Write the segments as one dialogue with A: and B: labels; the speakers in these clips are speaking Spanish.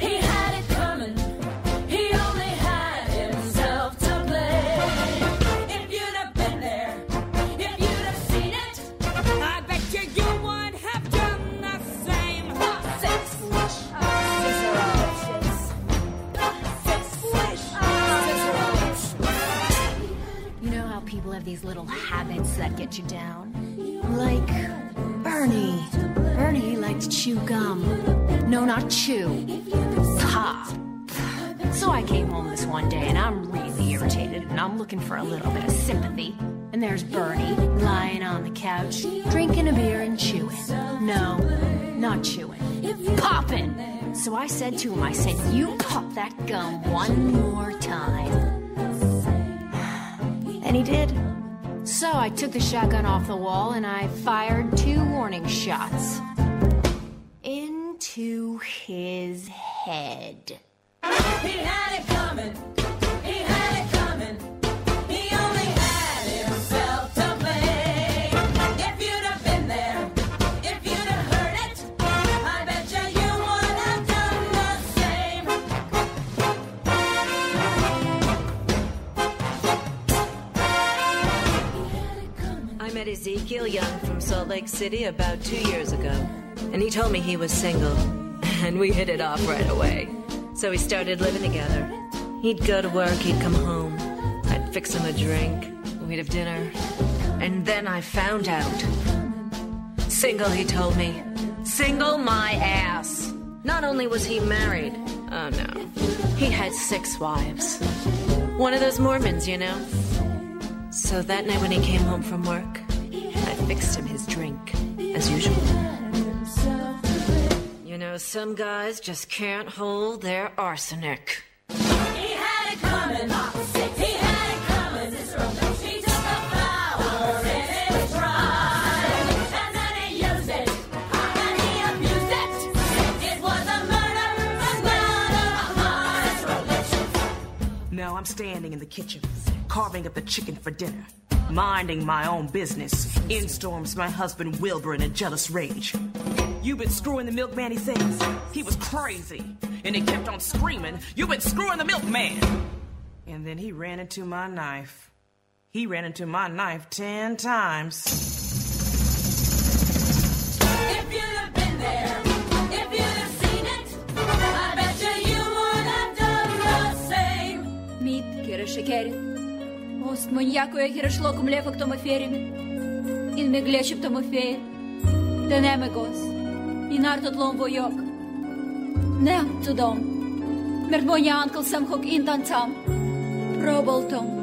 A: He had it coming. He only had himself to blame. If you'd have been there, if you'd have seen it, I bet you you would have done the same. Six swish, scissors. Six swish, scissors.
B: You know how people have these little habits that get you down? Like Bernie. Bernie he liked to chew gum. No, not chew. Pop. So I came home this one day and I'm really irritated and I'm looking for a little bit of sympathy. And there's Bernie lying on the couch, drinking a beer and chewing. No, not chewing. Popping. So I said to him, I said, You pop that gum one more time. And he did. So I took the shotgun off the wall and I fired two warning shots into his head.
A: He had it coming. He had it coming. He only had himself to blame. If you'd have been there, if you'd have heard it, I bet you you would have done the same.
C: I met Ezekiel Young from Salt Lake City about two years ago, and he told me he was single, and we hit it off right away. So we started living together. He'd go to work, he'd come home, I'd fix him a drink, we'd have dinner, and then I found out. Single, he told me. Single my ass. Not only was he married, oh no, he had six wives. One of those Mormons, you know. So that night when he came home from work, I fixed him his drink, as usual. You know, some guys just can't hold their arsenic.
A: He had it coming. He had it coming. He took a flower and it dried. And then he used it. And he abused it. It was a murder, but not a heart.
D: No, I'm standing in the kitchen, carving up the chicken for dinner, minding my own business. In storms my husband Wilbur in a jealous rage. You've been screwing the milkman, he says. He was crazy, and he kept on screaming, You've been screwing the milkman! And then he ran into my knife. He ran into my knife ten times.
A: If you'd have been there, if you'd have seen it, I bet you you would have done the same.
E: Мід кіре шекері. Ост моньяко я кіре шло кумле фактом еферін. Ін мегле шептом ефеє. Де не мегос. Ін арто тлом войок. Не тудом. Мерт моня анкл сам хок ін танцам. Проболтом.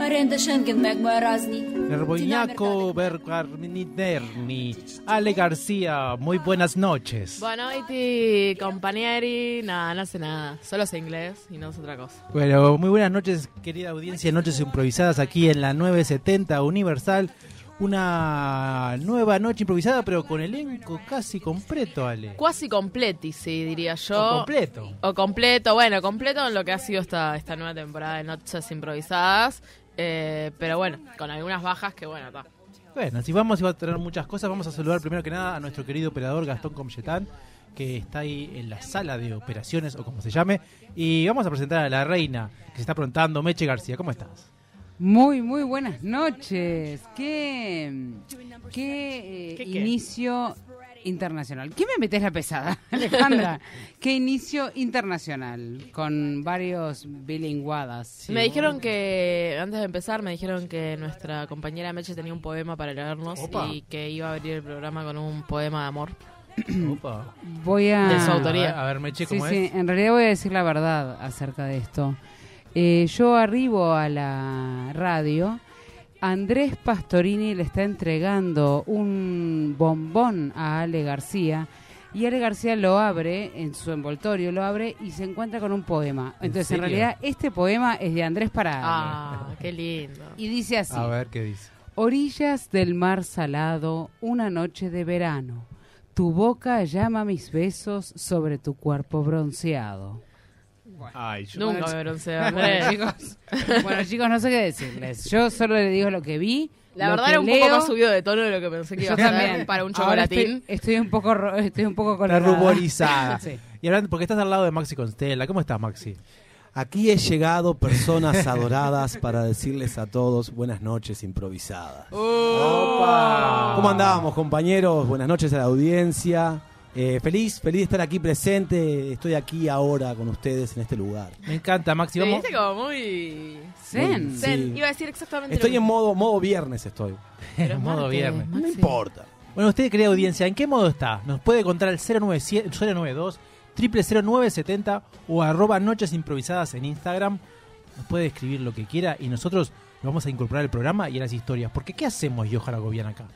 E: Аренда шенген мег моя разні.
F: Nervoñaco, Bergarminiderni, Ale García, muy buenas noches.
G: Bueno, y ti, compañeri, nada, no sé nada. Solo sé inglés y no sé otra cosa.
F: Bueno, muy buenas noches, querida audiencia, noches improvisadas aquí en la 970 Universal. Una nueva noche improvisada, pero con elenco casi completo, Ale.
G: Cuasi completi, sí, diría yo.
F: O completo.
G: O completo, bueno, completo en lo que ha sido esta, esta nueva temporada de Noches Improvisadas. eh, pero bueno, con algunas bajas que bueno, está.
F: Bueno, si vamos a tener muchas cosas, vamos a saludar primero que nada a nuestro querido operador Gastón Comchetán, que está ahí en la sala de operaciones o como se llame. Y vamos a presentar a la reina que se está aprontando, Meche García. ¿Cómo estás?
H: Muy, muy buenas noches. Qué, qué, eh,
G: ¿Qué qué?
H: inicio internacional. ¿Qué me metes la pesada, Alejandra? qué inicio internacional con varios bilinguadas.
G: me dijeron que, antes de empezar, me dijeron que nuestra compañera Meche tenía un poema para leernos
F: Opa.
G: y que iba a abrir el programa con un poema de amor.
F: Opa.
H: Voy a...
G: De su
F: A ver,
G: autoría.
F: a ver, Meche,
H: Sí,
F: ¿cómo
H: sí,
F: es?
H: en realidad voy a decir la verdad acerca de esto. Eh, yo arribo a la radio, Andrés Pastorini le está entregando un bombón a Ale García Y Ale García lo abre en su envoltorio, lo abre y se encuentra con un poema.
F: ¿En
H: Entonces, en
F: serio?
H: realidad, este poema es de Andrés Parada.
G: Ah, qué lindo.
H: Y dice así.
F: A ver qué dice.
H: Orillas del mar salado, una noche de verano. Tu boca llama mis besos sobre tu cuerpo bronceado.
F: Ay, yo-
G: Nunca
H: Bueno,
G: me bronceo, Andrés.
H: Bueno, chicos, bueno, chicos, no sé qué decirles. Yo solo le digo lo que vi.
G: La
H: lo
G: verdad
H: que
G: era un
H: leo.
G: poco más subido de tono de lo que pensé que iba
H: Yo
G: a ser
H: también.
G: para un
H: Ahora
G: chocolatín.
H: Estoy, estoy un poco ro- estoy un poco
F: Está
H: colorada.
F: ruborizada.
H: Sí.
F: Y hablando, porque estás al lado de Maxi Constella. ¿Cómo estás, Maxi?
I: Aquí he llegado personas adoradas para decirles a todos buenas noches improvisadas. ¿Cómo andábamos, compañeros? Buenas noches a la audiencia. Eh, feliz, feliz de estar aquí presente. Estoy aquí ahora con ustedes en este lugar.
F: Me encanta, Maxi.
G: Te
F: Vamos.
G: viste como muy...
H: Zen.
I: Sí.
G: Zen. Iba a decir exactamente
I: Estoy
G: lo
I: en
G: mismo.
I: modo, modo viernes estoy.
G: Pero es
F: modo
G: martes,
F: viernes.
I: No importa.
F: Bueno, usted, querida audiencia, ¿en qué modo está? Nos puede contar al 097 092 000970 o arroba noches improvisadas en Instagram. Nos puede escribir lo que quiera y nosotros lo vamos a incorporar al programa y a las historias. Porque ¿qué hacemos, Johan Agobian, acá?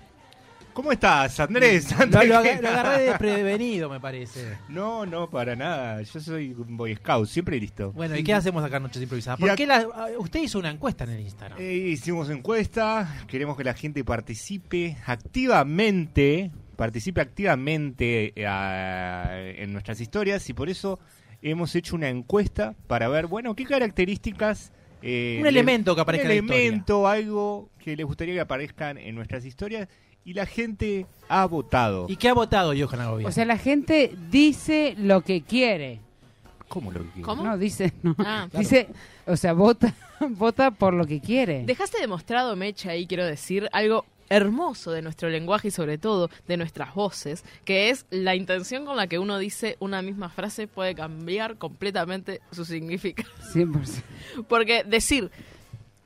J: ¿Cómo estás, Andrés?
F: Lo,
J: Antes
F: lo
J: que
F: aga- lo
J: nada.
F: agarré desprevenido, me parece.
J: No, no, para nada. Yo soy un boy scout, siempre listo.
F: Bueno, ¿y qué hacemos acá en Noches Improvisadas?
J: Y
F: ¿Por
J: ac-
F: qué la- ah, usted hizo una encuesta en el Instagram.
J: Eh, hicimos encuesta, queremos que la gente participe activamente, participe activamente eh, a- en nuestras historias y por eso hemos hecho una encuesta para ver, bueno, qué características... eh,
F: Un
J: le-
F: elemento que aparezca
J: Un
F: en la
J: elemento, algo que les gustaría que aparezcan en nuestras historias y la gente ha votado.
F: ¿Y qué ha votado Johan Agobian?
H: O sea, la gente dice lo que quiere.
J: cómo lo que-
G: ¿Cómo?
H: No, dice, no.
G: Ah.
H: Dice, o sea, vota, vota por lo que quiere.
G: Dejaste demostrado, Mecha, y quiero decir algo hermoso de nuestro lenguaje y sobre todo de nuestras voces, que es la intención con la que uno dice una misma frase puede cambiar completamente su significado.
H: 100%.
G: Porque decir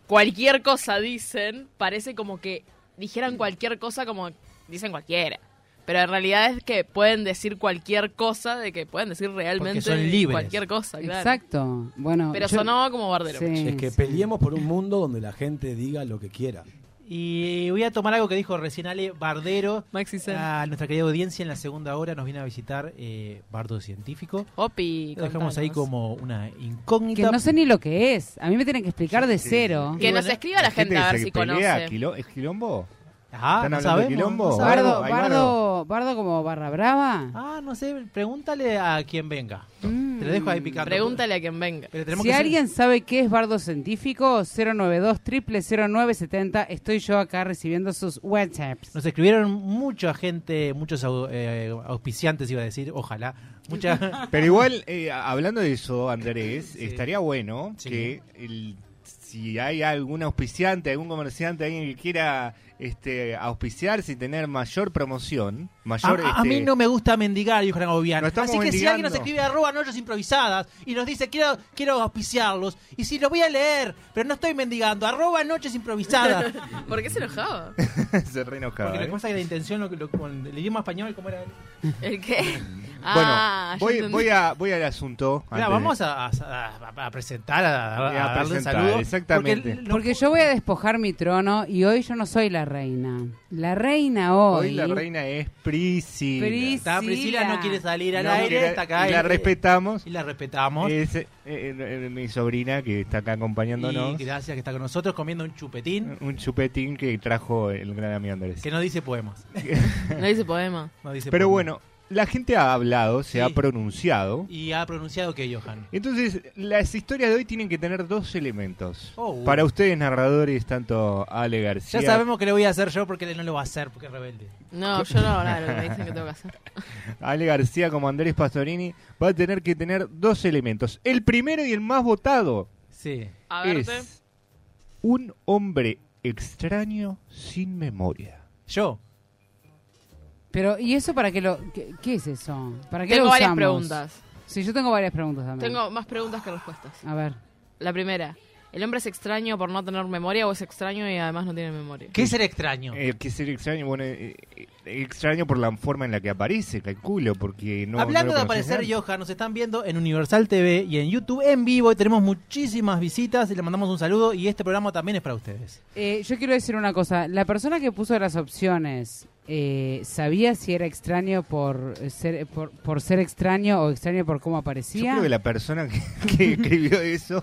G: cualquier cosa dicen parece como que dijeran cualquier cosa como dicen cualquiera. Pero en realidad es que pueden decir cualquier cosa, de que pueden decir realmente
F: son libres.
G: cualquier cosa, claro.
H: Exacto. Bueno,
G: Pero
H: yo-
G: sonaba como bardero.
H: Sí,
I: Es que
H: sí.
I: peleemos por un mundo donde la gente diga lo que quiera.
F: Y voy a tomar algo que dijo recién Ale Bardero.
G: Maxi Zen.
F: A nuestra querida audiencia en la segunda hora nos viene a visitar eh, Bardo Científico.
G: Opi,
F: Lo dejamos ahí
G: contanos.
F: como una
H: Que
F: incógnita.
H: no sé ni lo que es. A mí me tienen que explicar de
J: Sí,
H: cero.
G: Que nos escriba la gente, a ver
J: que
G: si
J: se pelea,
G: conoce.
J: quilo- ¿Es quilombo?
F: Ah,
J: ¿Están
F: no
J: hablando de
F: sabemos,
J: quilombo?
F: no sabemos.
H: Bardo,
J: Bardo, ahí
H: bardo, bardo como barra brava.
F: Ah, no sé, pregúntale a quien venga. Te lo dejo ahí picando.
G: Pregúntale a quien venga.
F: Pero
H: Mm.
F: tenemos
H: si
F: que ser-
H: alguien sabe qué es bardo científico, 092 0970 estoy yo acá recibiendo sus WhatsApps.
F: Nos escribieron mucha gente, muchos au- eh, auspiciantes, iba a decir, ojalá. Mucha...
J: Pero igual, eh, a- hablando de eso, Andrés,
F: Sí.
J: estaría bueno
F: Sí.
J: que el- si hay algún auspiciante, algún comerciante, alguien que quiera este, auspiciarse y tener mayor promoción,
F: A,
J: mayor...
F: a- a
J: este,
F: mí no me gusta mendigar, dijo Gobián.
J: No
F: Así que
J: estamos
F: si
J: mendigando.
F: alguien nos escribe arroba noches improvisadas y nos dice quiero, quiero auspiciarlos, y si lo voy a leer, pero no estoy mendigando, arroba noches improvisadas.
G: ¿Por qué se enojaba?
J: se re enojaba,
F: Porque lo
J: ¿eh?
F: que pasa es que la intención, lo, que- lo- con el idioma español, ¿cómo era?
G: ¿El qué?
J: Bueno,
G: Ah, ya
J: voy,
G: entendí.
J: voy, a, voy al asunto.
F: Mira,
J: antes de-
F: vamos a, a- a- a presentar, a,
J: A
F: a- a darle un
J: presentar,
F: saludo.
J: exactamente.
F: Porque, lo-
H: Porque yo voy a despojar mi trono y hoy yo no soy la reina. La reina hoy.
J: Hoy la reina es Priscila.
H: Pris-
F: está, Priscila no quiere salir al
J: No
F: aire,
J: quiere-
F: está acá.
J: y la
F: eh,
J: respetamos.
F: Y la respetamos.
J: Es eh, eh, eh, mi sobrina que está acá
F: y
J: acompañándonos.
F: gracias que está con nosotros comiendo un chupetín
J: Un chupetín que trajo el gran amigo Andrés.
F: que no dice poemas.
G: No dice poema.
F: No dice
J: Pero
F: poemas.
J: bueno, la gente ha hablado, se
F: Sí.
J: ha pronunciado.
F: Y ha pronunciado que Johan.
J: Entonces, las historias de hoy tienen que tener dos elementos.
F: Oh, uh.
J: Para ustedes, narradores, tanto Ale
F: Ya
J: García.
F: sabemos que lo voy a hacer yo porque él no lo va a hacer porque es rebelde.
G: No, yo no hablo de lo que me dicen que tengo que hacer.
J: Ale García como Andrés Pastorini va a tener que tener dos elementos. El primero y el más votado
F: Sí.
G: A verte.
J: es un hombre extraño sin memoria.
F: Yo.
H: Pero, ¿y eso para qué lo.? ¿Qué, qué es eso? ¿Para qué
G: Tengo
H: lo
G: varias
H: usamos?
G: preguntas.
H: Sí, yo tengo varias preguntas también.
G: Tengo más preguntas que respuestas.
H: A ver.
G: La primera. ¿El hombre es extraño por no tener memoria o es extraño y además no tiene memoria?
F: ¿Qué es el extraño?
J: Eh, que ser extraño, bueno, eh, eh, extraño por la forma en la que aparece, calculo, porque no.
F: Hablando
J: no lo
F: de
J: conoces
F: aparecer,
J: nadie.
F: Johan, nos están viendo en Universal TV y en YouTube en vivo. Y tenemos muchísimas visitas y le mandamos un saludo. Y este programa también es para ustedes.
H: Eh, yo quiero decir una cosa. La persona que puso las opciones eh, sabía si era extraño por ser por, por ser extraño o extraño por cómo
J: Yo
H: aparecía.
J: creo que la persona que, que escribió eso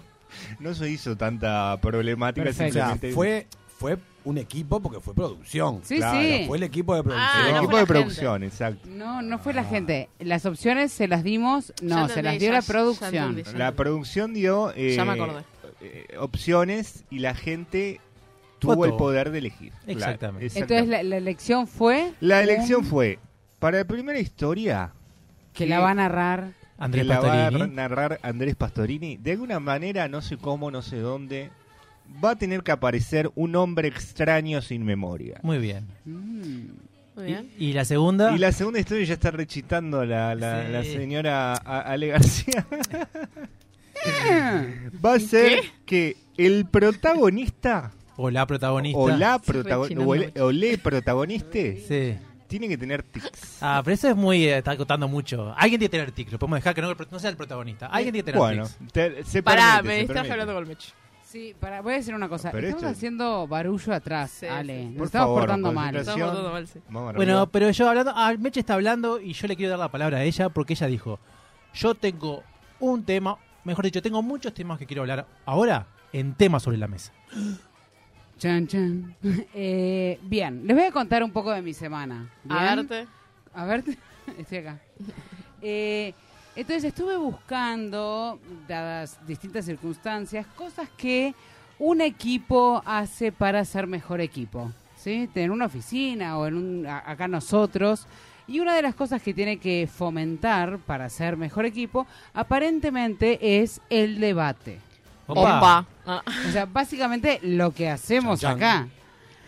J: no se hizo tanta problemática.
H: Perfecto.
I: O sea,
J: simplemente-
I: fue, fue un equipo porque fue producción.
H: Sí,
J: Claro,
H: sí. Ah,
I: Fue el equipo de producción.
J: el
G: no
J: equipo
G: fue la
J: de
G: gente.
J: producción, exacto.
H: No, no fue la gente. Las opciones se las dimos,
G: Ya
H: no,
G: entendí,
H: se las dio
G: ya-
H: la
G: ya entendí.
H: producción.
J: La producción dio eh,
G: Ya me acordé.
J: eh, opciones y la gente
F: Votó.
J: tuvo el poder de elegir. Claro,
F: Exactamente.
H: Entonces la, la elección fue
J: La elección
H: un-
J: fue para la primera historia
H: que la va a narrar.
F: Andrés
J: que la va a
F: Pastorini.
J: narrar Andrés Pastorini. De alguna manera, no sé cómo, no sé dónde, va a tener que aparecer un hombre extraño sin memoria.
F: Muy bien.
H: Mm.
G: Muy bien.
F: Y, y la segunda.
J: Y la segunda historia ya está rechitando la, la-
F: Sí.
J: la señora A- Ale García. va a ser que el protagonista
F: O la protagonista.
J: o la protagonista
G: Rechinando.
J: o, el- o le protagoniste
F: Sí.
J: tiene que tener tics.
F: Ah, pero eso es muy. eh, está contando mucho. Alguien tiene que tener tics. Lo podemos dejar que no, no sea el protagonista. Alguien tiene que tener
J: Bueno,
F: tics.
J: te- se
G: Pará,
J: permite,
G: me
J: se
G: distraje
J: permite.
G: hablando con Mechi.
H: Sí, para, voy a decir una cosa.
J: Pero
H: Estamos
J: esto-
H: haciendo barullo atrás,
G: Sí,
H: Ale.
G: sí, sí.
H: Nos
J: Por
H: estamos
J: favor,
H: portando mal.
J: concentración.
G: Estamos todo mal, sí.
J: Vamos a
F: Bueno,
J: arreglar.
F: pero yo hablando. Ah, Meche está hablando y yo le quiero dar la palabra a ella porque ella dijo: Yo tengo un tema. Mejor dicho, tengo muchos temas que quiero hablar ahora en temas sobre la mesa.
H: Chan, chan. Eh, bien, les voy a contar un poco de mi semana.
G: A
H: ¿bien?
G: verte.
H: A ver, estoy acá. Eh, entonces estuve buscando, dadas distintas circunstancias, cosas que un equipo hace para ser mejor equipo. ¿sí? En una oficina o en un, a- acá nosotros. Y una de las cosas que tiene que fomentar para ser mejor equipo, aparentemente, es el debate.
G: Opa. Ah.
H: O sea, básicamente lo que hacemos
I: Chan, chan.
H: acá.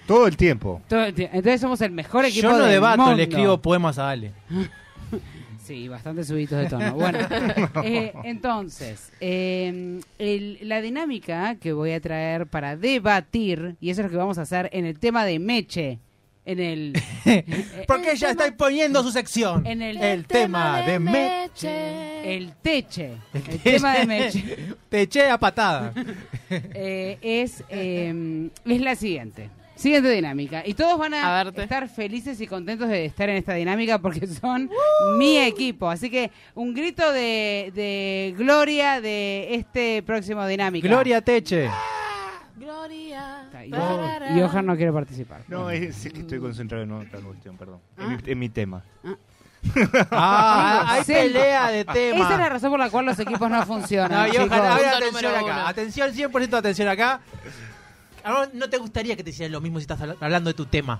J: todo el tiempo.
H: Todo el tie- Entonces somos el mejor equipo
F: Yo no
H: del
F: debato,
H: mundo.
F: le escribo poemas a Ale.
H: Sí, bastante subidos de tono. Bueno, eh, entonces, eh, el- la dinámica que voy a traer para debatir, y eso es lo que vamos a hacer en el tema de Meche, en el...
F: Porque ella está poniendo su sección.
H: En el-
F: tema, de Meche.
H: El teche, el tema de Meche,
F: Te eché a patada.
H: eh, es, eh, es la siguiente. Siguiente dinámica. Y todos van
G: A
H: a,
G: verte.
H: estar felices y contentos de estar en esta dinámica porque son mi equipo. Así que un grito de, de gloria de este próximo dinámica.
F: Gloria Teche.
G: Gloria.
H: Está, Y, y Ojar no quiere participar.
J: No, es, es que estoy concentrado en otra cuestión, perdón. En, mi, en mi tema.
F: Ah, hay
H: Sí.
F: pelea de tema.
H: Esa es la razón por la cual los equipos no funcionan.
F: No, y
H: chicos.
F: ojalá, ahora
G: Punto
F: atención
G: número
F: acá.
G: uno.
F: Atención, 100% atención acá. A vos no te gustaría que te hicieran lo mismo si estás habla- hablando de tu tema.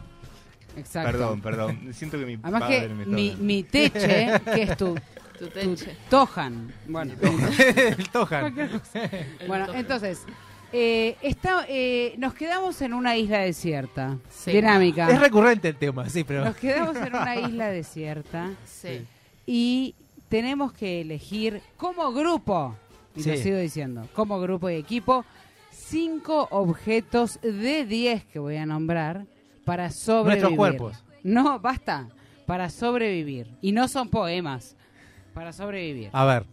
H: Exacto.
J: Perdón, perdón. Siento que mi
H: Además
J: padre
H: que
J: me está
H: mi,
J: hablando.
H: mi teche, que es tu,
G: Tu
H: tu
G: teche.
H: tojan. Bueno,
F: El Tojan.
H: bueno entonces, eh, está, eh, nos quedamos en una isla desierta.
G: Sí.
H: Dinámica.
F: Es recurrente el tema, sí, pero.
H: Nos quedamos en una isla desierta.
G: Sí.
H: y tenemos que elegir como grupo, y lo
F: Sí.
H: sigo diciendo, como grupo y equipo, cinco objetos de 10 que voy a nombrar para sobrevivir.
F: Nuestros cuerpos.
H: No, basta. Para sobrevivir. Y no son poemas. Para sobrevivir.
F: A ver,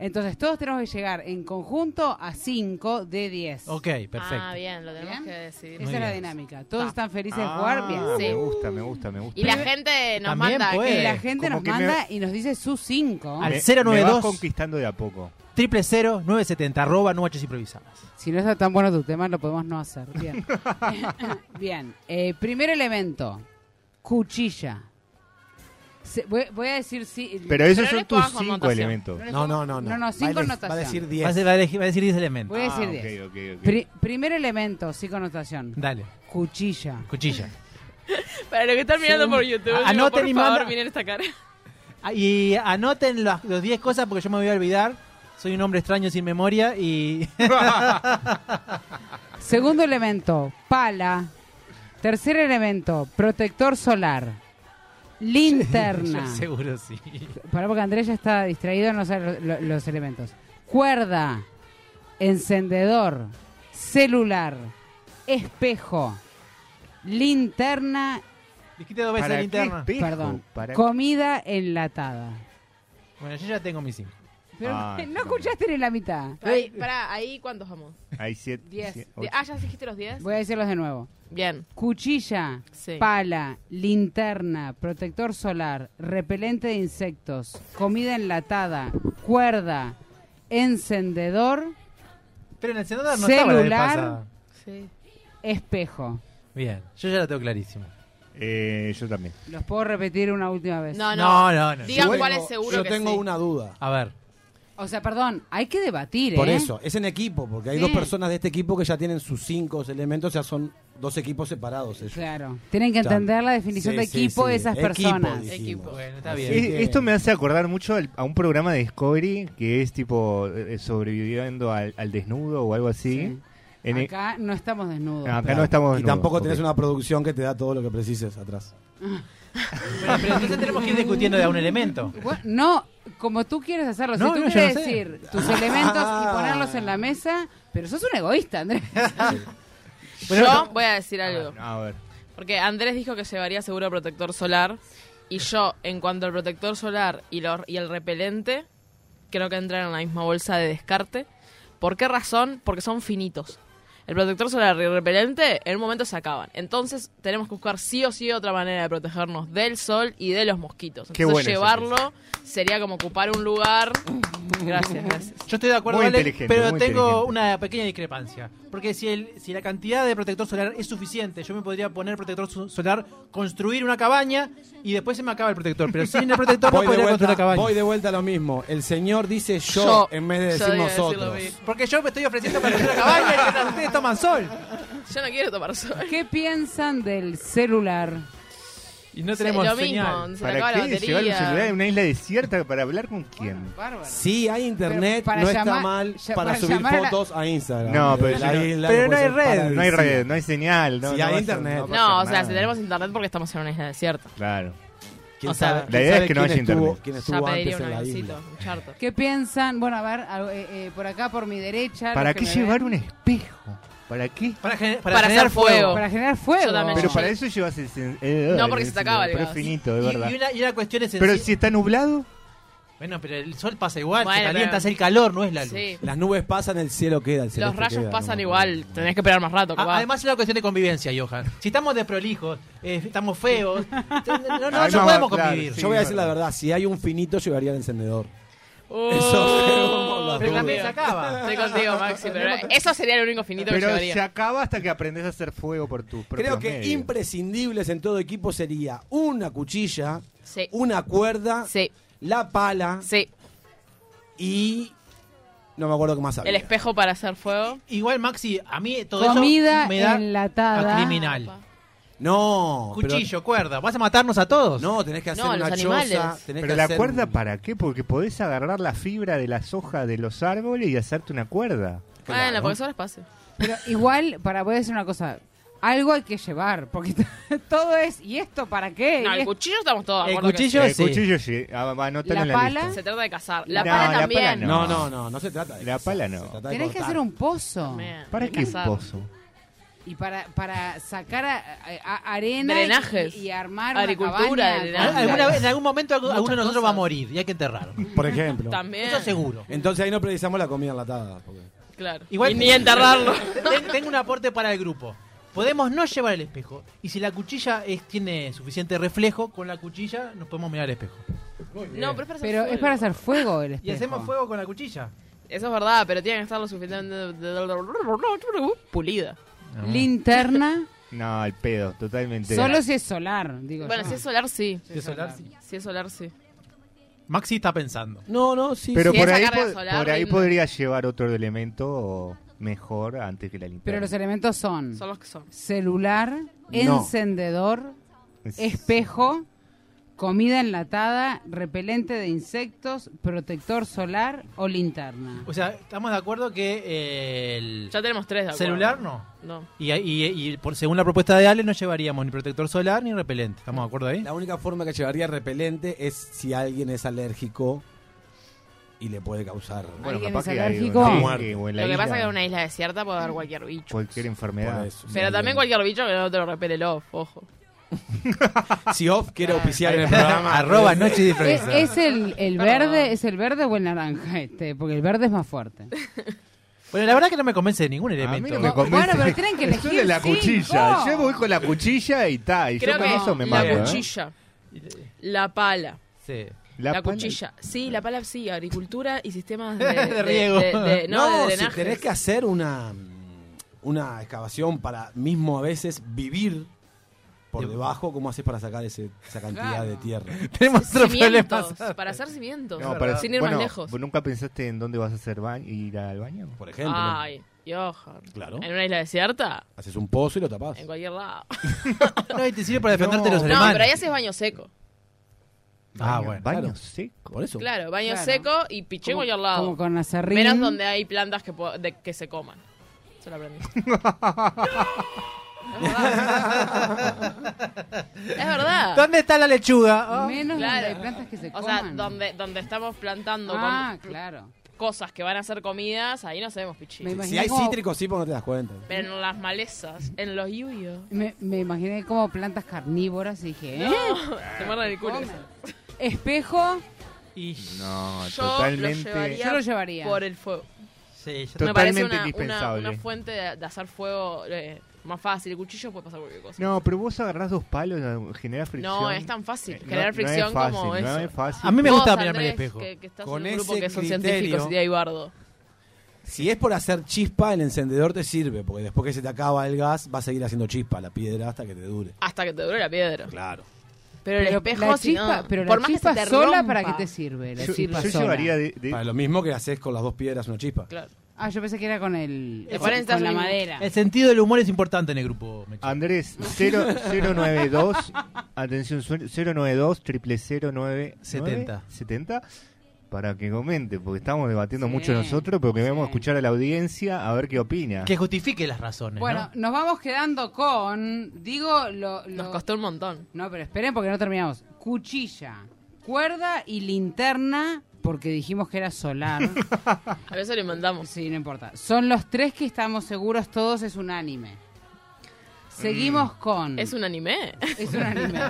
H: Entonces, todos tenemos que llegar en conjunto a 5 de 10.
F: ok, perfecto.
G: Ah, bien, lo tenemos
H: Bien.
G: que decidir.
H: Esa
F: Muy
H: es la
F: bien.
H: dinámica. Todos
G: Ah.
H: están felices de jugar. Bien.
J: Ah,
G: Sí.
J: Me gusta, me gusta, me gusta.
G: Y la gente nos
F: También
G: manda
F: puede.
H: Y la
F: Eh,
H: gente
J: como
H: nos
J: que me-
H: manda y nos dice sus 5.
F: Al
J: Me-
F: 092.
J: me vas conquistando de a poco.
F: Triple 970 arroba noches improvisadas.
H: Si no está tan bueno tu tema, lo podemos no hacer. Bien. Bien. Eh, primer elemento: cuchilla. Se- voy, voy a decir sí.
J: Pero esos
G: Pero
J: son
G: les
J: tus
G: pongo
J: cinco
G: anotación.
J: elementos.
H: le
I: No,
H: pongo-
I: no, no, no.
H: No, no,
I: Va
H: cinco
I: a dec- Va a decir
H: anotación.
I: 10.
F: Va a, ser- va a elegir- va a decir 10 elementos.
H: Voy a decir 10.
J: Ah, ok, ok, ok.
H: Pri- primer elemento, sí connotación.
F: Dale,
H: Cuchilla.
F: cuchilla.
G: Para los que están mirando por YouTube,
F: Ah,
G: digo,
F: anoten
G: por
F: y
G: favor,
F: manda-
G: miren esta cara.
F: Ah, Y anoten las- los 10 cosas porque yo me voy a olvidar. Soy un hombre extraño sin memoria y.
H: Segundo elemento: pala. Tercer elemento: protector solar. Linterna.
F: Seguro sí.
H: Pará porque Andrés ya está distraído, no sabe lo- lo- los elementos. Cuerda, encendedor, celular, espejo, linterna,
F: Dijiste dos veces
J: ¿Para
F: la
J: qué
F: linterna.
J: espejo?
H: perdón,
J: ¿Para
H: comida enlatada.
F: Bueno, yo ya tengo mis 5.
H: Pero
J: Ah,
H: no escuchaste ni la mitad.
G: Ahí, pará, ahí cuántos vamos.
J: Hay siete.
H: Diez.
J: siete,
G: De-
J: ocho.
G: ah, ya dijiste los 10.
H: Voy a decirlos de nuevo.
G: Bien.
H: Cuchilla,
G: Sí.
H: pala, linterna, protector solar, repelente de insectos, comida enlatada, cuerda, encendedor,
F: Pero en el senador no
H: Celular.
F: estaba la vez pasada.
G: Sí.
H: espejo.
F: Bien, yo ya la tengo clarísimo.
J: Eh, yo también.
H: Los puedo repetir una última vez.
G: No, no.
F: No, no, no.
G: Digan
I: Yo
G: cuál
I: tengo-
G: es seguro
I: Yo
G: que
I: tengo
G: sí.
I: una duda.
F: A ver,
H: O sea, perdón, hay que debatir,
I: Por
H: ¿eh?
I: eso, es en equipo, porque hay
H: Sí.
I: dos personas de este equipo que ya tienen sus cinco elementos, ya son dos equipos separados ellos.
H: Claro. Tienen que entender la definición
I: Sí,
H: de
I: sí,
H: equipo
I: sí.
H: de esas
I: Equipo,
H: personas.
I: dijimos.
G: Equipo.
F: bueno, está
I: Así
F: bien.
I: que-
J: Eh, Esto me hace acordar mucho al- a un programa de Discovery que es tipo eh, sobreviviendo al, al desnudo o algo así.
H: Sí.
J: En el-
H: Acá no estamos desnudos.
J: acá
I: Claro.
J: no estamos
I: Y
J: desnudos,
I: tampoco
J: ok.
I: tenés una producción que te da todo lo que precises atrás.
F: Bueno, pero entonces tenemos que ir discutiendo de un elemento.
H: Bueno, No, como tú quieres hacerlo.
F: No,
H: si tú
F: no, yo
H: quieres
F: no sé.
H: decir tus elementos y ponerlos en la mesa, pero sos un egoísta, Andrés.
G: Yo voy a decir algo.
J: A ver.
G: Porque Andrés dijo que llevaría seguro protector solar. Y yo, en cuanto al protector solar y, los- y el repelente, creo que entran en la misma bolsa de descarte. ¿Por qué razón? Porque son finitos. El protector solar y el repelente en un momento se acaban. Entonces tenemos que buscar sí o sí otra manera de protegernos del sol y de los mosquitos.
J: Qué
G: Entonces
J: bueno eso,
G: llevarlo sería como ocupar un lugar. Gracias, gracias.
F: Yo estoy de acuerdo,
J: Muy
F: Ale,
J: inteligente,
F: pero
J: muy
F: tengo
J: inteligente.
F: una pequeña discrepancia. Porque si, el, si la cantidad de protector solar es suficiente, yo me podría poner protector so- solar, construir una cabaña y después se me acaba el protector. Pero sin el protector no
I: Voy de,
F: podría construir una
I: vuelta,
F: cabaña.
I: voy de vuelta a lo mismo. El señor dice yo,
G: Yo.
I: en vez de
G: Yo
I: decir
G: iba a decir lo
I: nosotros.
G: mismo.
F: Porque yo me estoy ofreciendo para hacer una cabaña y mientras ustedes toman sol.
G: Yo no quiero tomar sol.
H: ¿Qué piensan del celular?
F: Y no tenemos
G: lo
F: señal.
G: mismo, se me acaba
J: ¿Para
G: la
J: qué llevar un
G: batería.
J: celular a una isla desierta para hablar con quién?
H: Bárbaro.
I: Sí, hay internet,
H: Pero para
I: no está
H: llamar-
I: mal
H: ya-
I: para,
H: para
I: subir
H: llamar a la-
I: fotos a Instagram.
J: No, pero
I: La
J: si no-
I: isla
F: pero no
I: puede
F: hay
I: ser
F: red.
I: paradisíaca.
J: No hay red, no hay señal. No,
I: Si
J: no
I: hay
J: va a-
I: internet.
J: va
G: No,
J: a
G: o sea,
J: pasar
G: si
J: nada.
G: tenemos internet porque estamos en una isla desierta.
J: Claro.
I: ¿Quién
G: O sea,
I: sabe-
G: la
I: quién
J: idea
I: sabe
J: es que no
I: quién
J: haya
I: estuvo-
J: internet.
I: quién
G: Ya
I: estuvo
G: pediría
I: antes
G: un
I: en la
G: avioncito,
I: isla.
G: un charter.
H: ¿Qué piensan? Bueno, a ver, a- eh, eh, por acá, por mi derecha. los
J: ¿Para
H: que
J: qué
H: me ven.
J: llevar un espejo? ¿Para qué?
F: Para, gener- para
G: Para
F: generar
G: hacer fuego.
H: Para generar fuego.
G: Yo también
J: Pero
G: Sí.
J: para eso llevas el. sen- eh, el-
G: No, porque se te acaba el
J: Pero es
G: gas.
J: finito, de
F: Y,
J: verdad.
F: y una, y una cuestión es
J: Pero
F: sencilla.
J: si está nublado,
F: Bueno, pero el sol pasa igual,
G: Bueno,
F: se calienta,
G: pero-
F: hace el calor, no es la luz.
G: Sí.
I: Las nubes pasan, el cielo queda. El
G: Los
I: celeste
G: rayos
I: queda,
G: pasan
I: ¿no?
G: igual, tenés que esperar más rato.
F: Ah,
G: capaz.
F: además es una cuestión de convivencia, Johan. Si estamos desprolijos, eh, estamos feos, no, no,
J: Ay,
F: Ah, no
J: no,
F: podemos
J: claro,
F: convivir.
J: sí.
I: Yo voy a decir la verdad, si hay un finito llevaría el encendedor.
G: Oh,
I: Eso,
F: Pero
I: Pero
F: también se acaba.
G: Estoy contigo, Maxi, pero eso sería el único finito que
J: pero se
G: llevaría.
J: acaba hasta que aprendes a hacer fuego por tu propio
I: Creo que imprescindibles en todo equipo sería una cuchilla,
G: Sí.
I: una cuerda,
G: Sí,
I: la pala
G: sí.
I: y no me acuerdo qué más había.
G: El espejo para hacer fuego.
F: Igual, Maxi, a mí todo
H: Comida
F: eso me da
H: enlatada.
F: a criminal.
I: No, pero-
F: Cuchillo, cuerda. ¿Vas a matarnos a todos?
I: no, tenés que hacer
G: No, los
I: una
G: animales.
I: choza, tenés
J: Pero
I: que
J: la
I: hacer-
J: cuerda, ¿para qué? Porque podés agarrar la fibra de las hojas de los árboles y hacerte una cuerda.
G: Bueno, Ah, porque eso es espacio.
H: Pero igual, para, voy a decir una cosa. Algo hay que llevar, porque todo es, ¿y esto para qué?
G: No,
H: Y
G: el
H: es-
G: cuchillo estamos todos. de
F: El
G: acuerdo que
F: cuchillo
J: el
F: sí.
J: cuchillo sí. Ah, va, anótalo
H: La
J: en Eh, la
H: pala.
G: sí.
J: lista.
G: Se trata de cazar. La
J: No,
G: pala
J: la
G: también.
J: pala
I: No, no, no, no se trata de
J: La
I: eso,
J: pala
I: se
J: no.
I: trata de
H: Tenés que
I: cortar.
H: hacer un pozo.
G: Man,
J: ¿Para
G: de
J: qué
G: cazar.
J: pozo?
H: Y para, para sacar a- a- a- arena
G: Drenajes.
H: y, y armar
G: Agricultura,
H: una
G: drenaje.
H: cabaña.
F: Al- alguna vez- en algún momento algu-
G: Muchas
F: alguno de nosotros va a
G: cosas.
F: morir y hay que enterrarlo.
I: Por ejemplo.
G: También.
F: Eso seguro.
I: Entonces ahí no precisamos la comida enlatada. porque-
G: Claro.
F: Igual-
G: y ni enterrarlo.
F: Ten- Tengo un aporte para el grupo. Podemos no llevar el espejo. Y si la cuchilla es- tiene suficiente reflejo, con la cuchilla nos podemos mirar al espejo.
G: no, pero es para hacer
H: Pero es
G: fuego.
H: para hacer fuego el
F: Y
H: espejo.
F: hacemos fuego con la cuchilla.
G: Eso es verdad, pero tiene que estar lo suficientemente de- de- de- pulida.
K: Mm.
H: Linterna,
J: No, al pedo, totalmente.
H: solo si es solar, digo
G: Bueno,
H: yo.
G: si es solar, sí.
F: De solar, sí.
G: Si es solar, sí.
F: Maxi está pensando.
I: No, no, sí.
J: Pero
G: Si
J: por
G: esa
J: ahí,
G: carga
J: po-
G: solar
J: por ahí
G: rinde.
J: podría llevar otro elemento mejor antes que la linterna.
H: Pero los elementos son
G: Son los que son.
H: celular, encendedor,
J: Es-
H: espejo, comida enlatada, repelente de insectos, protector solar o linterna.
F: O sea, estamos de acuerdo que eh, el
G: Ya tenemos tres de acuerdo.
F: celular no.
G: No.
F: Y, y- y por, según la propuesta de Ale, no llevaríamos ni protector solar ni repelente. ¿Estamos de acuerdo ahí?
I: La única forma que llevaría repelente es si alguien es alérgico y le puede causar.
J: Bueno,
H: ¿Alguien
J: capaz
H: es
J: que hay
H: alérgico?
J: una
I: Muerte.
J: dengue o en la
G: Lo que pasa
J: isla,
G: es que en una isla desierta puede haber cualquier bicho.
J: Cualquier
I: por
J: enfermedad.
I: eso.
G: Pero también cualquier bicho que no te lo repele el ojo, ojo.
I: Si Off quiere
G: Ah,
I: oficiar en el programa.
K: Arroba Noche de
H: ¿Es,
K: Improvisada.
H: es el, el verde, es el verde o el naranja este? Porque el verde es más fuerte.
F: Bueno, la verdad que no me convence de ningún elemento.
J: no
H: me Oh, Bueno, convence. pero tienen que
J: Yo de
H: elegir
J: la
H: cinco.
J: cuchilla. Yo voy con la cuchilla y ta. Y
G: Creo
J: yo con
G: que
J: eso me
G: la
J: mato. ¿eh?
G: cuchilla, la pala,
F: Sí.
G: la,
J: pala-
G: cuchilla. Sí, la pala sí, agricultura y sistemas de,
F: De riego.
G: de- de- no, de
I: si
G: drenajes.
I: tenés que hacer una, mm, una excavación para mismo a veces vivir por debajo, ¿cómo haces para sacar ese- esa cantidad
H: Claro.
I: de tierra?
F: Tenemos otro problema.
G: Cimientos, para hacer cimientos,
J: No, para-
G: sin ir
J: bueno,
G: más lejos.
J: ¿vos ¿Nunca pensaste en dónde vas a hacer baño, ir al baño?
G: Ah.
I: Por ejemplo,
G: Ay, Johan.
I: Claro.
G: ¿En una isla desierta?
I: haces un pozo y lo tapás.
G: En cualquier lado.
F: No, y te sirve para defenderte de los
G: No,
F: alemanes.
G: pero ahí haces baño seco.
F: Ah,
J: Baño-
F: bueno.
J: Baño
I: claro.
J: seco.
I: Por eso.
G: Claro, baño
H: Claro.
G: seco y piché en
H: Como-
G: cualquier lado.
H: Como con acerrín.
G: Menos donde hay plantas que, po- de- que se coman. Eso lo aprendí. es verdad. Es verdad.
F: ¿Dónde está la lechuga? Oh.
H: Menos
G: Claro.
H: donde hay plantas que se
G: O sea,
H: coman.
G: donde, donde estamos plantando
H: Ah,
G: con
H: claro.
G: cosas que van a ser comidas, ahí no sabemos pichín.
H: Me
I: Si
H: imaginé
I: hay
H: como-
I: cítricos, sí, pues no te das cuenta.
G: Pero en las malezas, en los yuyos.
H: Me, me imaginé como plantas carnívoras y dije, ¿eh?
G: Te muerden el culo.
H: Comen. Espejo,
F: Y-
J: No,
G: Yo
J: totalmente.
G: lo llevaría
H: Yo lo llevaría.
G: por el fuego.
F: Sí, ya-
J: To-
G: Me parece
J: Totalmente
G: una, una,
J: indispensable.
G: una fuente de, de hacer fuego eh, más fácil. El cuchillo puede pasar cualquier cosa.
J: No, pero vos agarrás dos palos, generás fricción.
G: No, es tan fácil.
J: Eh, no-
G: Generar
J: no es
G: fricción
J: fácil,
G: como
J: no
G: eso.
J: es fácil.
F: A mí me
G: Vos,
F: gusta mirarme al
G: Andrés,
F: espejo.
G: Que, que estás
I: Con
G: en un grupo
I: ese
G: que son
I: criterio-
G: científicos y de ahí bardo.
I: Si es por hacer chispa, el encendedor te sirve, porque después que se te acaba el gas, va a seguir haciendo chispa la piedra hasta que te dure.
G: Hasta que te dure la piedra.
I: Claro.
G: Pero el
H: pero
G: espejo,
H: la
G: si
H: chispa,
G: no,
H: pero
G: por
H: la
G: más
H: chispa
G: que se te
H: sola,
G: rompa.
H: ¿para qué te sirve? La
J: Yo,
H: chispa
J: yo
H: sola.
J: llevaría de, de-
I: Para lo mismo que haces con las dos piedras una chispa.
G: Claro.
H: Ah, yo pensé que era con el
G: Te
H: con,
G: ponen estas
H: la
G: mini-
H: madera.
F: El sentido del humor es importante en el grupo, Mecho.
J: Andrés, 0, 092, atención, suel- 092 triple
F: 70.
J: 70 para que comente, porque estamos debatiendo
H: Sí,
J: mucho nosotros, pero que debemos
H: sí.
J: escuchar a la audiencia a ver qué opina.
F: Que justifique las razones.
H: Bueno, nos vamos quedando con, digo, lo,
G: Nos
H: lo-
G: costó un montón.
H: No, pero esperen porque no terminamos. Cuchilla, cuerda y linterna, porque dijimos que era solar.
G: A veces lo inventamos.
H: sí, no importa. Son los tres que estamos seguros todos es unánime. Seguimos con...
G: Mm. Es un anime.
H: es unánime.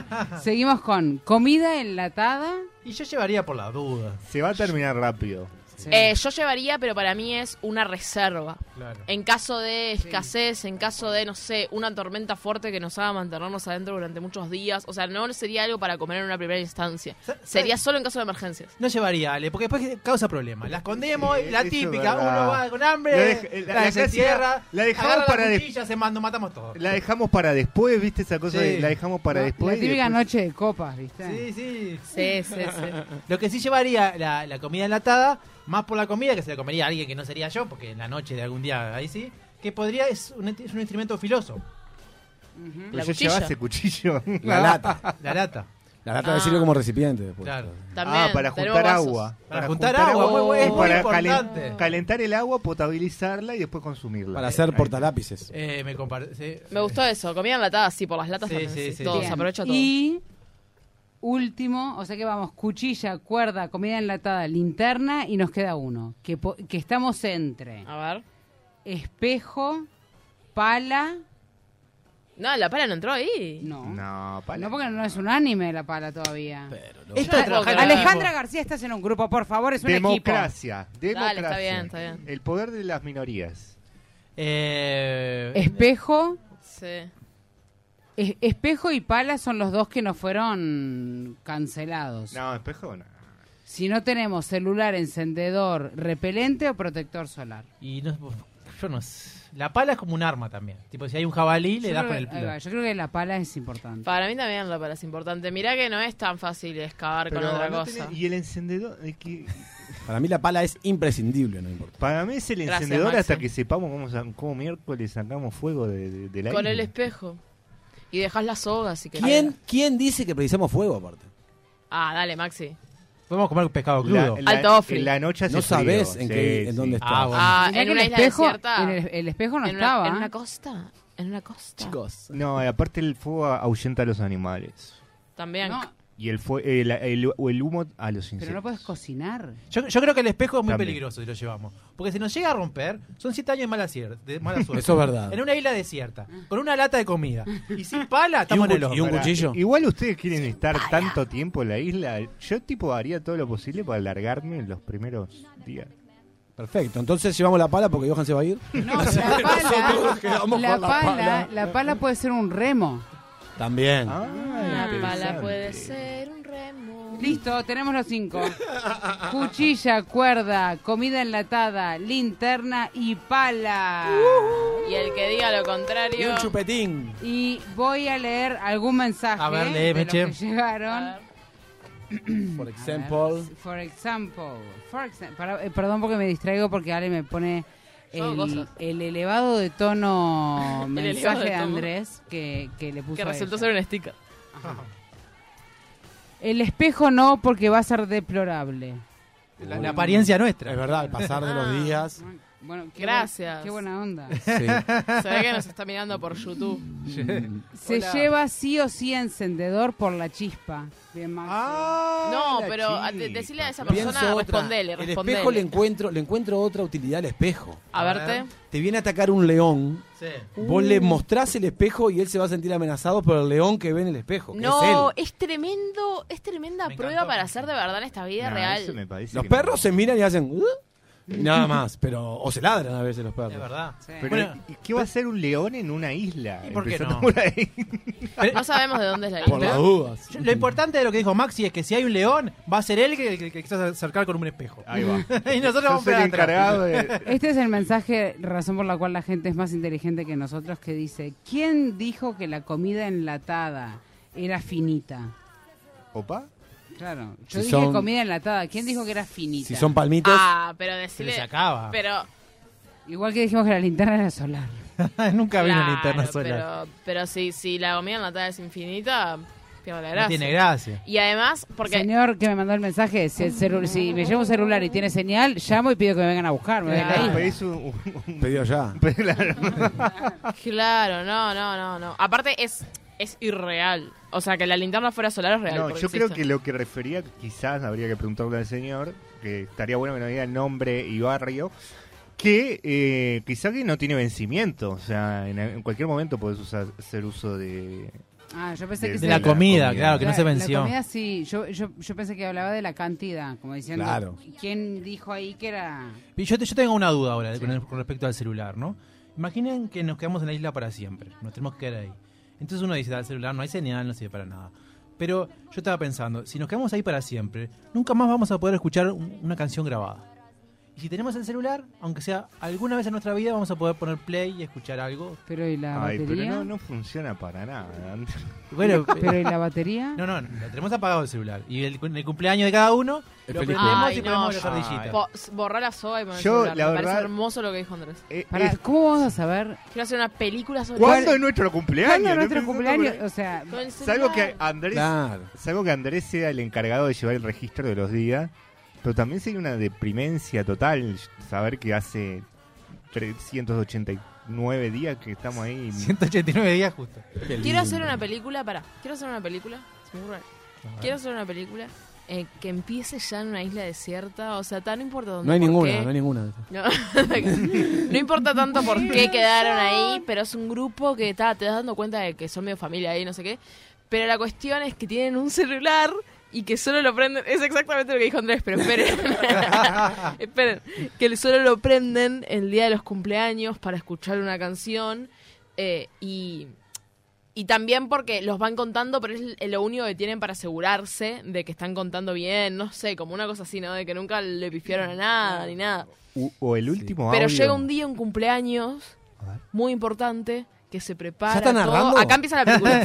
H: Seguimos con comida enlatada.
F: ¿no? Y yo llevaría por la duda.
J: Se va a terminar rápido.
H: Sí.
G: Eh, yo llevaría, pero para mí es una reserva.
F: Claro.
G: En caso de escasez, en caso de, no sé, una tormenta fuerte que nos haga mantenernos adentro durante muchos días. O sea, no sería algo para comer en una primera instancia.
F: Sa-
G: Sería solo en caso de emergencias.
F: No llevaría, Ale, porque después causa problemas. Las escondemos,
J: Sí,
F: la
J: eso es
F: típica,
J: verdad.
F: uno va con hambre,
J: La dej- la-
F: la,
J: la
F: desentierra,
J: clásica, la dejamos
F: agarra
J: para
F: la
J: de-
F: cuchilla, se manda, matamos todo.
J: La dejamos para después, ¿viste esa cosa?
F: Sí.
J: de la dejamos para
H: La-
J: después.
H: La
J: y
H: típica
J: después-
H: noche de copas, ¿viste?
F: Sí, sí.
G: Sí, sí, sí.
F: Lo que sí llevaría la, la comida enlatada, más por la comida que se la comería a alguien que no sería yo, porque en la noche de algún día ahí sí, que podría, es un, es un instrumento filoso,
J: Pues
G: La
J: yo
G: cuchilla.
J: llevaba ese cuchillo.
I: La lata.
F: la lata.
I: La lata te
G: Ah.
I: sirve como recipiente después.
F: Claro.
G: También.
J: ah, para
G: tenemos
J: juntar
G: vasos.
J: agua.
F: Para juntar agua, muy bueno, es muy
J: para
F: importante.
J: calen- calentar el agua, potabilizarla y después consumirla.
I: Para
J: Ahí
I: hacer
J: está.
I: portalápices.
F: Eh, me compar- sí.
G: Me gustó eso. Comida enlatada, sí, por las latas
F: Sí,
G: también.
F: sí,
G: Sí,
F: sí.
G: Todo,
H: Bien.
G: se aprovecha todo.
H: Y último, o sea que vamos, cuchilla, cuerda, comida enlatada, linterna y nos queda uno, que, po- que estamos entre
G: A ver.
H: espejo, pala,
G: No, la pala no entró ahí.
H: no. No,
J: No, para.
H: porque no es unánime la pala todavía.
F: Esto de trabajar en
H: Alejandra
F: equipo.
H: García, estás en un grupo, por favor, es un
J: Democracia.
G: Dale,
J: Democracia.
G: está bien, está bien.
J: El poder de las minorías.
F: Eh,
H: equipo. Espejo,
G: Sí.
H: es- espejo y pala son los dos que nos fueron cancelados.
J: No, espejo no.
H: Si no tenemos celular, encendedor, repelente o protector solar.
F: Y no, yo no sé. La pala es como un arma también. Tipo, si hay un jabalí, le
H: Yo
F: das
H: creo
F: con
H: que-
F: el
H: ahí
F: pilo.
H: va, Yo creo que la pala es importante.
G: Para mí también la pala es importante. Mirá que no es tan fácil excavar
J: Pero
G: con otra
J: no
G: cosa.
J: tenés- Y el encendedor. es que-
I: Para mí la pala es imprescindible, no importa.
J: para mí es el
G: Gracias,
J: encendedor
G: Maxi.
J: hasta que sepamos cómo, sa- cómo miércoles sacamos fuego de, de- de la
G: Con
J: isla.
G: el espejo. Y dejás la soga si querés.
I: ¿Quién, ¿Quién dice que precisamos fuego aparte?
G: Ah, dale, Maxi.
F: Podemos comer pescado crudo.
J: La, la-
G: Alto Ofri.
J: en la noche hace
I: No sabes
J: frío,
I: en,
J: sí,
I: qué, en
J: sí.
I: dónde estás.
F: Ah, bueno.
G: Ah,
H: Mirá
G: en
H: que
G: una
H: el
G: isla
H: espejo,
G: desierta.
H: en el, el espejo no
G: en,
H: estaba.
G: una, en
H: ¿eh?
G: una costa. En una costa.
I: Chicos.
J: No, aparte el fuego ahuyenta a los animales.
G: También.
H: No,
J: y el, fue- el, el- o el humo a los
H: Pero
J: insectos.
H: no puedes cocinar.
F: Yo, yo creo que el espejo es muy
J: También.
F: peligroso si lo llevamos. Porque si nos llega a romper, son 7 años de mala, cier- de mala suerte.
I: Eso es verdad.
F: En una isla desierta, con una lata de comida. Y sin pala, estamos
I: un
F: en el
I: cuch-
F: horno.
I: y un
J: Pará,
I: cuchillo?
J: Igual ustedes quieren estar tanto tiempo en la isla. Yo tipo haría todo lo posible para alargarme en los primeros días.
I: Perfecto, entonces llevamos la pala porque Johan se va a ir.
H: No, la
I: Nosotros
H: pala,
I: quedamos
H: la
I: con la
H: pala,
I: pala. Ah,
H: la pala puede ser un remo.
I: También.
F: Ah.
G: Una pala
J: interesante.
G: puede ser un remo.
H: Listo, tenemos los cinco. Cuchilla, cuerda, comida enlatada, linterna y pala.
G: Uh-huh. Y el que diga lo
I: Y
G: contrario.
I: un chupetín.
H: Y voy a leer algún mensaje
F: A ver,
H: de
F: lee,
H: los
F: Meche.
H: que llegaron.
G: A ver.
I: Por ejemplo.
H: For example. For exam- para- eh, perdón porque me distraigo porque Ale me pone
G: Yo hago
H: el,
G: cosas.
H: el elevado de tono
G: El elevado
H: mensaje
G: de
H: de
G: tono.
H: Andrés que, que le puso.
G: Que
H: a
G: resultó
H: ella.
G: ser un sticker.
H: El espejo no porque va a ser deplorable.
F: La, la apariencia
I: Es
F: nuestra.
I: verdad, al pasar de los días.
H: Bueno, qué bu-
G: Ah. Gracias.
H: qué buena onda.
I: Sí.
G: Se ve que nos está mirando por YouTube.
H: Se
G: Hola.
H: lleva sí o sí encendedor por la chispa. Bien, Maxi.
I: Ah,
H: Ah,
G: No, pero a- de- decirle a esa persona,
I: Pienso otra.
G: respondele,
I: El
G: respondele.
I: espejo le encuentro, le encuentro otra utilidad al espejo.
G: A verte.
I: Te viene a atacar un león.
F: Sí.
I: Vos le
F: Uh.
I: mostrás el espejo y él se va a sentir amenazado por el león que ve en el espejo. que
G: No,
I: es él.
G: es tremendo, es tremenda
F: Me
G: prueba
F: encantó.
G: para hacer de verdad en esta vida
J: No,
G: real.
J: Ah, eso me parece
I: Los
J: que no.
I: perros se miran y hacen. "Uh", y nada más, pero. O se ladran a veces los
F: Es
I: perros.
F: verdad.
H: Sí.
J: Pero,
F: Bueno,
J: ¿y ¿qué va a hacer un león en una isla?
F: ¿Y por qué
J: Empezando
F: no?
J: por ahí.
G: No sabemos de dónde es la
I: Por
G: isla.
I: las dudas.
F: Yo- Lo importante de lo que dijo Maxi es que si hay un león, va a ser él que, que, que quiso acercar con un espejo.
J: Ahí va.
F: y nosotros
J: Yo
F: vamos
J: soy el
F: para atrás.
J: encargado de...
H: Este es el mensaje, razón por la cual la gente es más inteligente que nosotros, que dice, ¿quién dijo que la comida enlatada era finita?
J: ¿Opa?
H: Claro, yo
I: Si
H: dije
I: son-
H: comida enlatada, ¿quién dijo que era finita?
I: Si son palmitos.
G: Ah, pero
F: Se le
G: decirle.
F: acaba.
G: Pero.
H: Igual que dijimos que la linterna era solar.
F: Nunca vino
G: claro,
F: el interno solar.
G: Pero, pero si, si la comida enlatada es infinita, pierde la gracia.
F: No tiene gracia.
G: Y además, porque.
H: Señor que me mandó el mensaje, si, el celu- si me llevo un celular y tiene señal, llamo y pido que me vengan a buscar. me voy a la
G: Claro.
H: isla.
J: Pedís un- un- un-
I: Pedido ya.
G: Claro, no, no, no, no. Aparte es, es irreal. O sea, que la linterna fuera solar es real.
J: No,
G: porque
J: yo creo
G: existe.
J: que lo que refería, quizás habría que preguntarle al señor, que estaría bueno que nos diga nombre y barrio, que eh, quizás que no tiene vencimiento, o sea, en, en cualquier momento podés usar, hacer uso de...
H: Ah, yo pensé que
J: De
F: De
H: se-
F: la
J: com-
F: comida,
J: comida.
F: claro, que no
H: La-
F: se venció.
H: La comida sí, yo, yo, yo pensé que hablaba de la cantidad, como diciendo,
I: Claro.
H: ¿quién dijo ahí que era...?
F: Y Yo, te- yo tengo una duda ahora de- con, el- con respecto al celular, ¿no? Imaginen que nos quedamos en la isla para siempre, nos tenemos que quedar ahí. Entonces uno dice, al celular no hay señal, no sirve para nada. Pero yo estaba pensando, si nos quedamos ahí para siempre, nunca más vamos a poder escuchar un- una canción grabada. Y si tenemos el celular, aunque sea alguna vez en nuestra vida, vamos a poder poner play y escuchar algo.
H: Pero ¿y la
J: Ay, pero
H: batería?
J: no, no funciona para nada.
F: Bueno, eh,
H: ¿Pero y la batería?
F: no, no, lo tenemos apagado el celular. Y el, en el cumpleaños de cada uno,
I: Es
F: lo
I: feliz
F: prendemos
G: Ay,
F: y
G: no,
F: ponemos las
J: yo-
F: ardillitas.
G: Po- s- borrá la soga y poner
J: Yo,
G: el celular.
J: la
G: Me parece
J: verdad-
G: hermoso lo que dijo Andrés.
J: Eh,
H: Pará,
J: es-
H: ¿cómo vamos a saber
G: Quiero hacer una película sobre
J: ¿Cuándo es nuestro cumpleaños?
H: cuándo es nuestro
J: No
H: cumpleaños?
J: pensando
H: O sea,
G: Con el
J: por- Salvo que
G: celular.
J: Andrés,
I: Claro.
J: salvo que Andrés sea el encargado de llevar el registro de los días, pero también sería una deprimencia total saber que hace 389 días que estamos ahí.
F: 189 días justo.
G: Quiero hacer una película, para. Quiero hacer una película. se me ocurre. Quiero hacer una película eh, que empiece ya en una isla desierta. O sea, tan importante.
I: No hay ninguna, no hay ninguna.
G: No, no importa tanto por qué quedaron ahí, pero es un grupo que ta, te das dando cuenta de que son medio familia ahí, no sé qué. Pero la cuestión es que tienen un celular y que solo lo prenden. Es exactamente lo que dijo Andrés, pero esperen. esperen. Que solo lo prenden el día de los cumpleaños para escuchar una canción. eh, y. Y también porque los van contando, pero es lo único que tienen para asegurarse de que están contando bien, no sé, como una cosa así, ¿no? De que nunca le pifiaron a nada ni nada.
J: U- o el último
G: Pero
J: audio.
G: llega un día, un cumpleaños
J: A ver.
G: muy importante, que se
I: ¿Ya
G: prepara
I: está narrando?
G: todo. Acá empieza la película.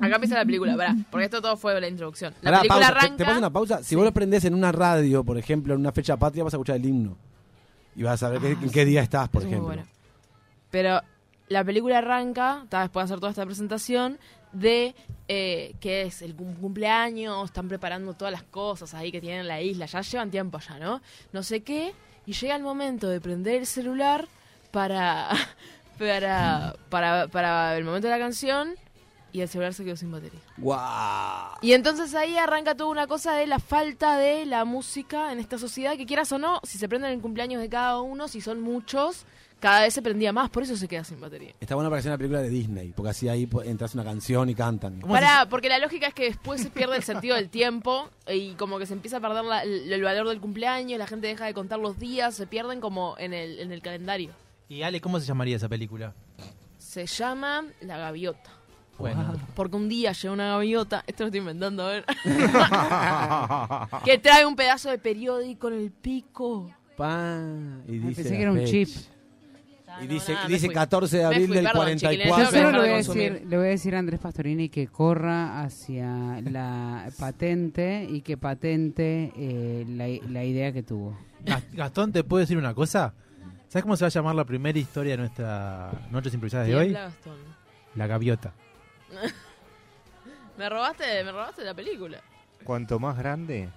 G: Acá empieza la película, pará, porque esto todo fue la introducción. La
I: Pará,
G: película
I: pausa, te-
G: arranca.
I: Te, paso una pausa. Si vos lo prendés en una radio, por ejemplo, en una fecha patria, vas a escuchar el himno. Y vas a ver qué- en qué día estás, por
G: Es muy
I: ejemplo.
G: buena. Pero la película arranca, ta, después de hacer toda esta presentación, de eh, que es el cum- cumpleaños, están preparando todas las cosas ahí que tienen en la isla, ya llevan tiempo allá, ¿no? No sé qué, y llega el momento de prender el celular para, para, para, para el momento de la canción y el celular se quedó sin batería.
I: ¡Guau!
G: Y entonces ahí arranca toda una cosa de la falta de la música en esta sociedad, que quieras o no, si se prenden el cumpleaños de cada uno, si son muchos, cada vez se prendía más, por eso se queda sin batería.
I: Está bueno para que sea una película de Disney, porque así ahí po- entras una canción y cantan.
G: Pará, porque la lógica es que después se pierde el sentido del tiempo y como que se empieza a perder la- el, el valor del cumpleaños, la gente deja de contar los días, se pierden como en el, en el calendario.
F: Y Ale, ¿cómo se llamaría esa película?
G: Se llama La Gaviota.
F: Bueno.
G: Porque un día llega una gaviota, esto lo estoy inventando, a ver, que trae un pedazo de periódico en el pico.
I: Pa, y dice
H: Pensé que era un
I: fecha.
H: chip.
I: Y dice,
G: Ah, nada,
I: y
G: me
I: dice
G: fui.
I: 14 de
G: Me
I: abril
G: fui,
I: del
G: perdón, chiquilines,
H: Yo
G: Tengo que
H: solo le
G: dejar
I: 44.
H: voy,
G: de
H: a decir,
G: consumir.
H: le voy a decir a Andrés Pastorini que corra hacia la patente y que patente eh, la, i- la idea que tuvo.
F: Gas- Gastón, ¿te puedo decir una cosa? ¿Sabes cómo se va a llamar la primera historia de nuestra Noches Improvisadas de hoy?
G: Tiembla, Gastón.
F: La gaviota.
G: Me robaste, me robaste la película.
J: Cuanto más grande.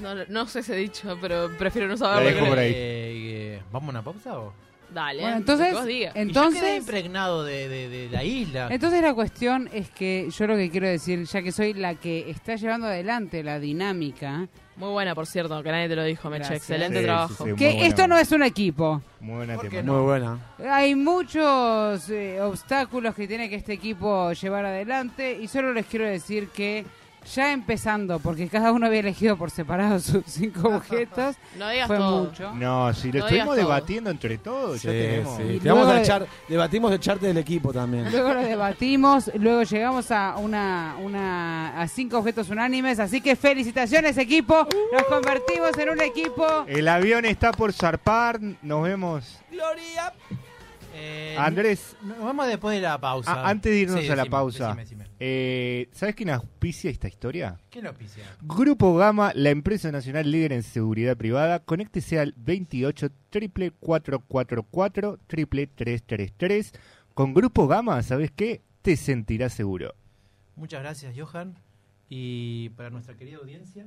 G: No, no sé ese dicho, pero prefiero no
J: La
G: saberlo.
J: dejo por ahí.
F: Eh, eh, ¿Vamos a una pausa o?
G: Dale. eh.
H: Bueno,
G: que vos
H: entonces,
G: digas.
F: Y yo quedé
H: entonces,
F: impregnado de, de- de la isla.
H: entonces la cuestión es que yo lo que quiero decir, ya que soy la que está llevando adelante la dinámica,
G: Muy buena, por cierto, que nadie te lo dijo, Mecha.
H: Gracias.
G: Excelente
J: Sí,
G: trabajo.
J: sí, sí, muy
H: que
J: buena-
H: esto no es un equipo.
J: Muy buena
F: ¿Por qué
J: tema.
I: Muy buena.
H: Hay muchos eh, obstáculos que tiene que este equipo llevar adelante y solo les quiero decir que ya empezando, porque cada uno había elegido por separado sus cinco objetos,
G: No digas
H: fue
G: todo.
H: mucho.
J: No,
G: No
J: si lo
G: digas
J: estuvimos
G: todo.
J: debatiendo entre todos, ya
I: Sí,
J: tenemos.
I: sí.
H: Y
I: Te vamos
H: luego
I: a
H: de-
I: echar, debatimos de echarte del equipo también.
H: Luego lo debatimos, luego llegamos a una, una a cinco objetos unánimes, así que felicitaciones equipo, nos convertimos en un equipo.
J: El avión está por zarpar. Nos vemos.
F: Gloria. Eh,
J: Andrés.
F: Nos vamos después de la pausa.
J: Ah, antes de irnos
F: Sí,
J: a la
F: decime,
J: pausa,
F: decime, decime.
J: eh, ¿sabes quién auspicia esta historia?
F: ¿Qué nos pisa?
J: Grupo Gama, la empresa nacional líder en seguridad privada. Conéctese al 28 triple 444 triple 333. Con Grupo Gama, ¿sabes qué? Te sentirás seguro.
F: Muchas gracias, Johan. Y para nuestra querida audiencia,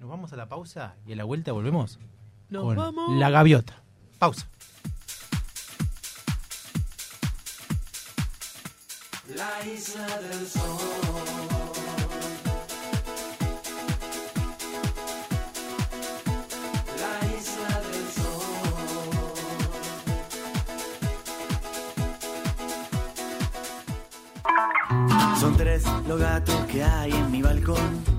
F: nos vamos a la pausa y a la vuelta volvemos.
G: Nos
F: con
G: vamos.
F: La gaviota. Pausa.
K: Son tres los gatos que hay en mi balcón.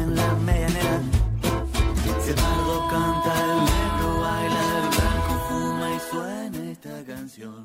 K: en la medianera. Si el pardo canta, el negro baila, el blanco fuma y suena esta canción.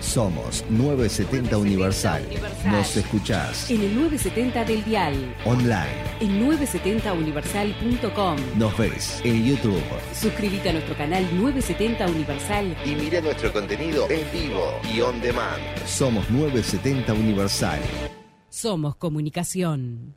L: Somos 970 Universal. Nos escuchás
M: En el 970 del Dial,
L: online.
M: en 970universal.com.
L: Nos ves en YouTube.
M: Suscríbete a nuestro canal 970 Universal
L: Y mira nuestro contenido en vivo y on demand. Somos 970 Universal.
M: Somos comunicación.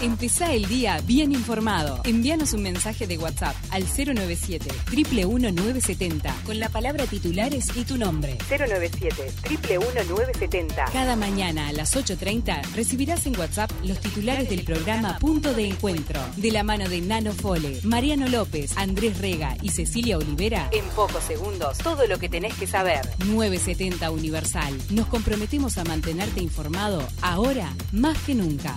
M: Empezá el día bien informado. Envíanos un mensaje de WhatsApp al 097 970 con la palabra titulares y tu nombre. 097 970 Cada mañana a las 8.30 recibirás en WhatsApp los titulares del programa Punto de Encuentro. De la mano de Nano Fole, Mariano López, Andrés Rega y Cecilia Olivera. En pocos segundos, todo lo que tenés que saber. 970 Universal. Nos comprometemos a mantenerte informado ahora más que nunca.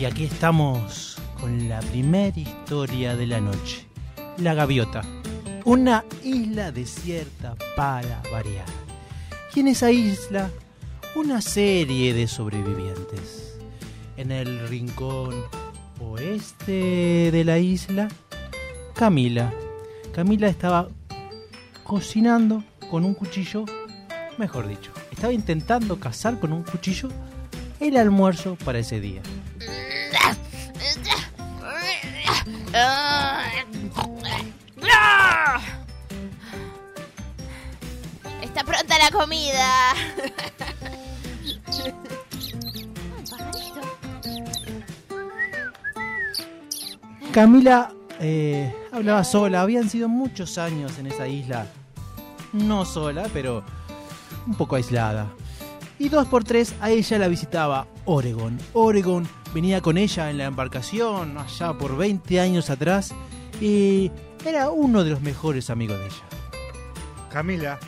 F: Y aquí estamos con la primera historia de la noche. La gaviota. Una isla desierta para variar. Y en esa isla, una serie de sobrevivientes. En el rincón oeste de la isla, Camila. Camila estaba cocinando con un cuchillo, mejor dicho, estaba intentando cazar con un cuchillo el almuerzo para ese día.
N: Está pronta la comida.
F: Camila eh, hablaba sola, habían sido muchos años en esa isla. No sola, pero un poco aislada. Y dos por tres a ella la visitaba Oregon. Oregon venía con ella en la embarcación allá por 20 años atrás y era uno de los mejores amigos de ella.
J: Camila,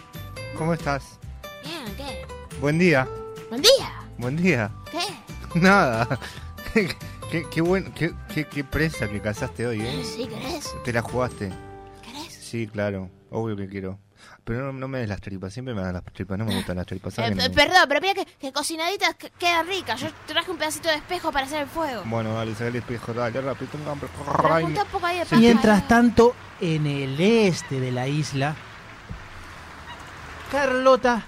J: ¿cómo estás?
N: Bien, ¿qué?
J: Buen día.
N: Buen día.
J: Buen día.
N: ¿Qué?
J: Nada. qué, qué, buen- qué- qué- qué presa que cazaste hoy, ¿eh?
N: Sí, ¿querés?
J: Te la jugaste. ¿Querés? Sí, claro. Obvio que quiero. Pero no, no me des las tripas. Siempre me dan las tripas. No me gustan las tripas.
N: Eh,
J: ¿saben?
N: pe- perdón, pero mira que, que cocinaditas que- quedan ricas. Yo traje un pedacito de espejo para hacer el fuego.
J: Bueno, dale, saca el espejo. Dale, rápido. Tengo hambre.
N: Pero junta un poco ahí de pan.
F: Mientras tanto, en el este de la isla, Carlota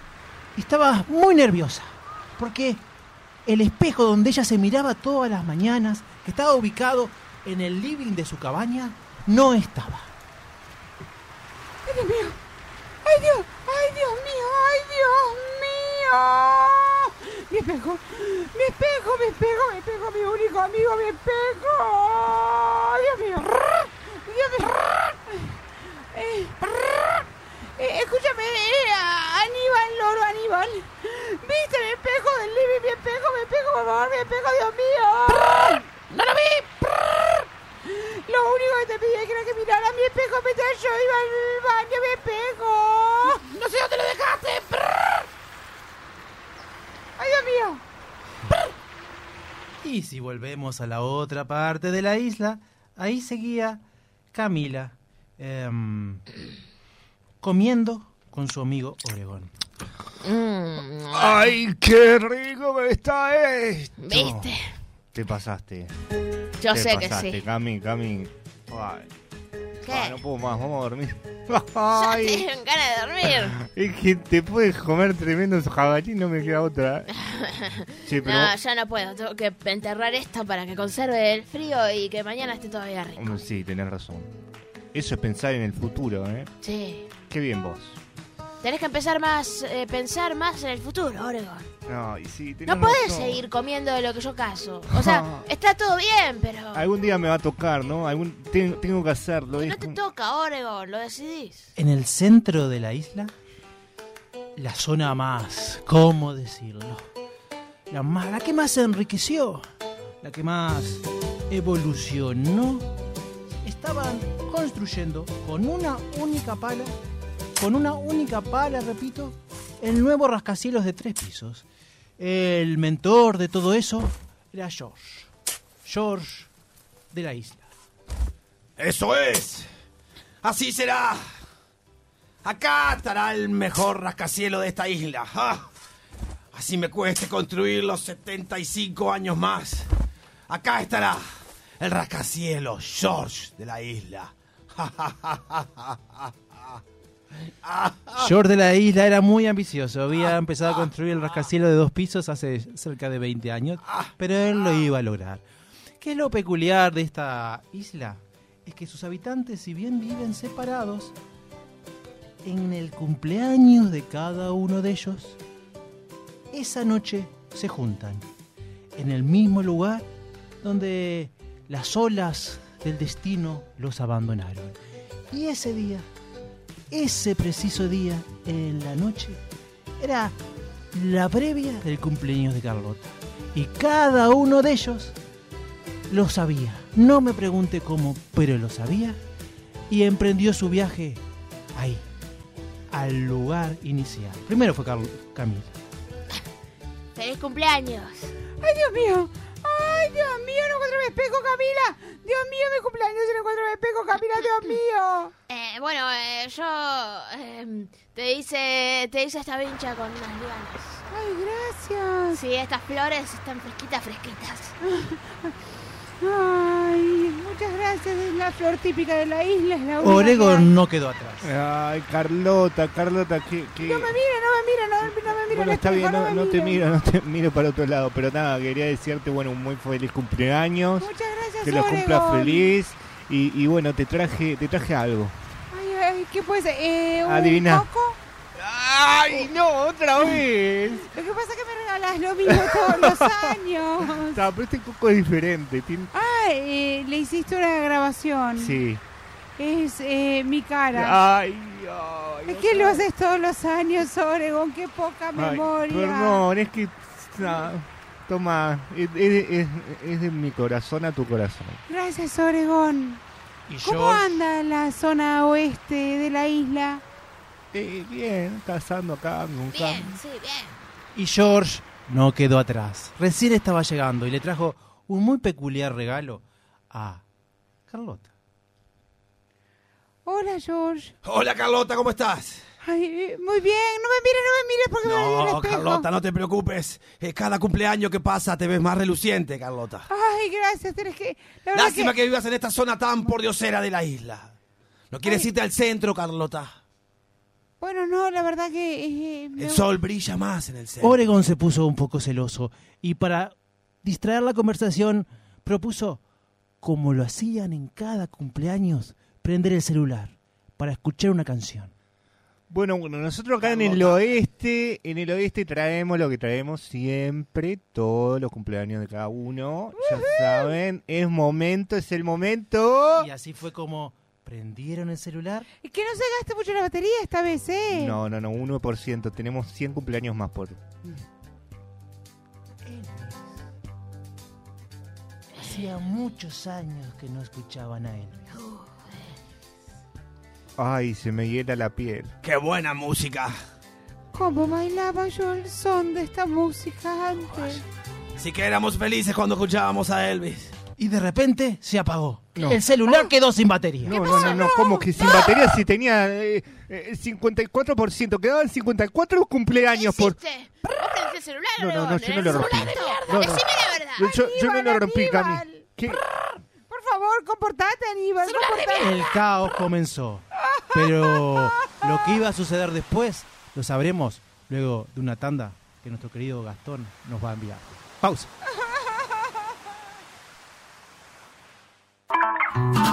F: estaba muy nerviosa porque el espejo donde ella se miraba todas las mañanas, que estaba ubicado en el living de su cabaña, no estaba.
A: Dios mío. Ay Dios, ay Dios mío, ay Dios mío. Mi espejo, mi espejo, mi espejo, mi espejo, mi único amigo, mi espejo. Dios mío. Dios mío. Eh, eh, escúchame, eh, Aníbal, loro, Aníbal. ¿Viste mi espejo del living? Mi espejo, mi espejo, por favor, mi espejo, Dios mío. ¡No lo vi! Lo único que te pedí es que no que mirara mi espejo mientras yo iba al baño, mi espejo. No sé dónde lo dejaste. Ay, Dios mío.
F: Y si volvemos a la otra parte de la isla, ahí seguía Camila em, comiendo con su amigo Oregón.
N: Mm.
J: ¡Ay, qué rico que está esto!
N: ¿Viste?
J: Te pasaste.
N: Yo
J: Te
N: sé que
J: pasaste,
N: sí.
J: Cami, Cami. Ay.
N: ¿Qué?
J: Ah, no puedo más, vamos a dormir.
N: Ya
J: Ay.
N: te dieron ganas de dormir.
J: Es que te puedes comer tremendo jabalí, no me queda otra. Sí, pero
N: no,
J: vos-
N: ya no puedo. Tengo que enterrar esto para que conserve el frío y que mañana esté todavía rico.
J: Mm, Sí, tenés razón. Eso es pensar en el futuro, ¿eh?
N: Sí.
J: Qué bien vos.
N: Tenés que empezar más, eh, pensar más en el futuro, Oregon.
J: No, y sí, tenés
N: No podés
J: razón.
N: seguir comiendo de lo que yo caso. O sea, está todo bien,
O: Ah.
N: pero
J: Algún día me va a tocar, ¿no? Algún ten- tengo que hacerlo. es
N: no te
J: como-
N: toca, Oregon. Lo decidís.
F: En el centro de la isla, la zona más, ¿cómo decirlo? La, más, la que más se enriqueció, la que más evolucionó, estaban construyendo con una única pala, con una única pala, repito, el nuevo rascacielos de tres pisos. El mentor de todo eso era George. George de la isla.
I: Eso es. Así será. Acá estará el mejor rascacielo de esta isla. ¡Ah! Así me cueste construir los 75 años más. Acá estará el rascacielo George de la isla.
F: George de la isla era muy ambicioso. Había empezado a construir el rascacielos de dos pisos hace cerca de 20 años, pero él lo iba a lograr. ¿Qué es lo peculiar de esta isla? Es que sus habitantes, si bien viven separados, en el cumpleaños de cada uno de ellos, esa noche se juntan en el mismo lugar donde las olas del destino los abandonaron. Y ese día, ese preciso día, en la noche, era la previa del cumpleaños de Carlota. Y cada uno de ellos lo sabía. No me pregunte cómo, pero lo sabía. Y emprendió su viaje ahí, al lugar inicial. Primero fue Carl Camila.
N: ¡Feliz cumpleaños!
O: ¡Ay, Dios mío! ¡Ay, Dios mío! ¡No encuentro mi espejo, Camila! ¡Dios mío, mi cumpleaños! y ¡No encuentro mi espejo, Camila! ¡Dios mío!
N: Eh, bueno, eh, yo eh, te hice te hice esta vincha con unas lianas.
O: ¡Ay, gracias!
N: Sí, estas flores están fresquitas, fresquitas.
O: ¡Ay! Muchas gracias. Es la flor típica de la isla. Es la única que-
F: Oregón no quedó atrás.
J: Ay, Carlota, Carlota, que... que-
O: No me mira, no me mira, no, me- no me mira.
J: Bueno,
O: el
J: está
O: espejo,
J: bien, no,
O: me
J: no te
O: mira.
J: miro, no te miro para otro lado, pero nada, quería desearte, bueno, un muy feliz cumpleaños.
O: Muchas gracias,
J: Que lo cumplas
O: Oregon.
J: feliz. Y, y bueno, te traje, te traje algo.
O: Ay, ay, ¿qué puede ser? Eh, ¿Un
J: Adivina.
O: coco?
J: ¡Ay, no! ¡Otra vez!
O: Lo que pasa es que me regalas lo mismo todos los años.
J: No, pero este coco es diferente. tiene-
O: Ah, eh, le hiciste una grabación.
J: Sí.
O: Es eh, mi cara.
J: Ay, ay.
O: es que lo haces todos los años, Oregón. Qué poca
J: Ay,
O: memoria.
J: Perdón, eh. es que. na, toma, es, es- es- es de mi corazón a tu corazón.
O: Gracias, Oregón. ¿Cómo
J: George?
O: anda la zona oeste de la isla?
J: Eh, bien, cazando acá, nunca.
N: Sí, bien.
F: Y George no quedó atrás. Recién estaba llegando y le trajo un muy peculiar regalo a Carlota.
O: Hola, George.
P: Hola Carlota, ¿cómo estás?
O: Ay, eh, muy bien. No me mires, no me mires porque me voy a el
P: No,
O: espejo.
P: Carlota, no te preocupes. Eh, Cada cumpleaños que pasa te ves más reluciente, Carlota.
O: Ay, gracias. Tenés que... La verdad
P: Lástima que vivas en esta zona tan pordiosera de la isla. ¿No quieres irte al centro, Carlota?
O: Bueno, no, la verdad que... eh, me-
P: El sol brilla más en el centro.
F: Oregon se puso un poco celoso y para distraer la conversación propuso, como lo hacían en cada cumpleaños, prender el celular para escuchar una canción.
J: Bueno, bueno, nosotros acá en el oeste, en el oeste traemos lo que traemos siempre, todos los cumpleaños de cada uno. Ya saben, es momento, es el momento.
F: Y así fue como prendieron el celular.
O: Es que no se gaste mucho la batería esta vez, ¿eh?
J: No, no, no, 1%. Tenemos 100 cumpleaños más por.
F: Hacía muchos años que no escuchaban a él.
J: Ay, se me hiela la piel.
P: ¡Qué buena música!
O: ¿Cómo bailaba yo el son de esta música antes?
P: Sí que éramos felices cuando escuchábamos a Elvis.
F: Y de repente se apagó.
P: No.
F: El celular quedó sin batería.
J: No, no, no, no, como que sin batería si tenía eh, eh, 54%, quedaban 54 cumpleaños por.
N: Prendete el celular,
J: No, no, no,
N: Oregón,
J: yo
N: en
J: no
N: el
J: lo rompí.
N: ¿eh? celular de
J: No, no.
N: mierda. Decime la verdad.
J: Yo, yo- yo no lo rompí, Cami. ¿Qué?
O: Por favor, comportate, Aníbal, comportate.
F: El caos comenzó. Pero lo que iba a suceder después lo sabremos luego de una tanda que nuestro querido Gastón nos va a enviar. Pausa.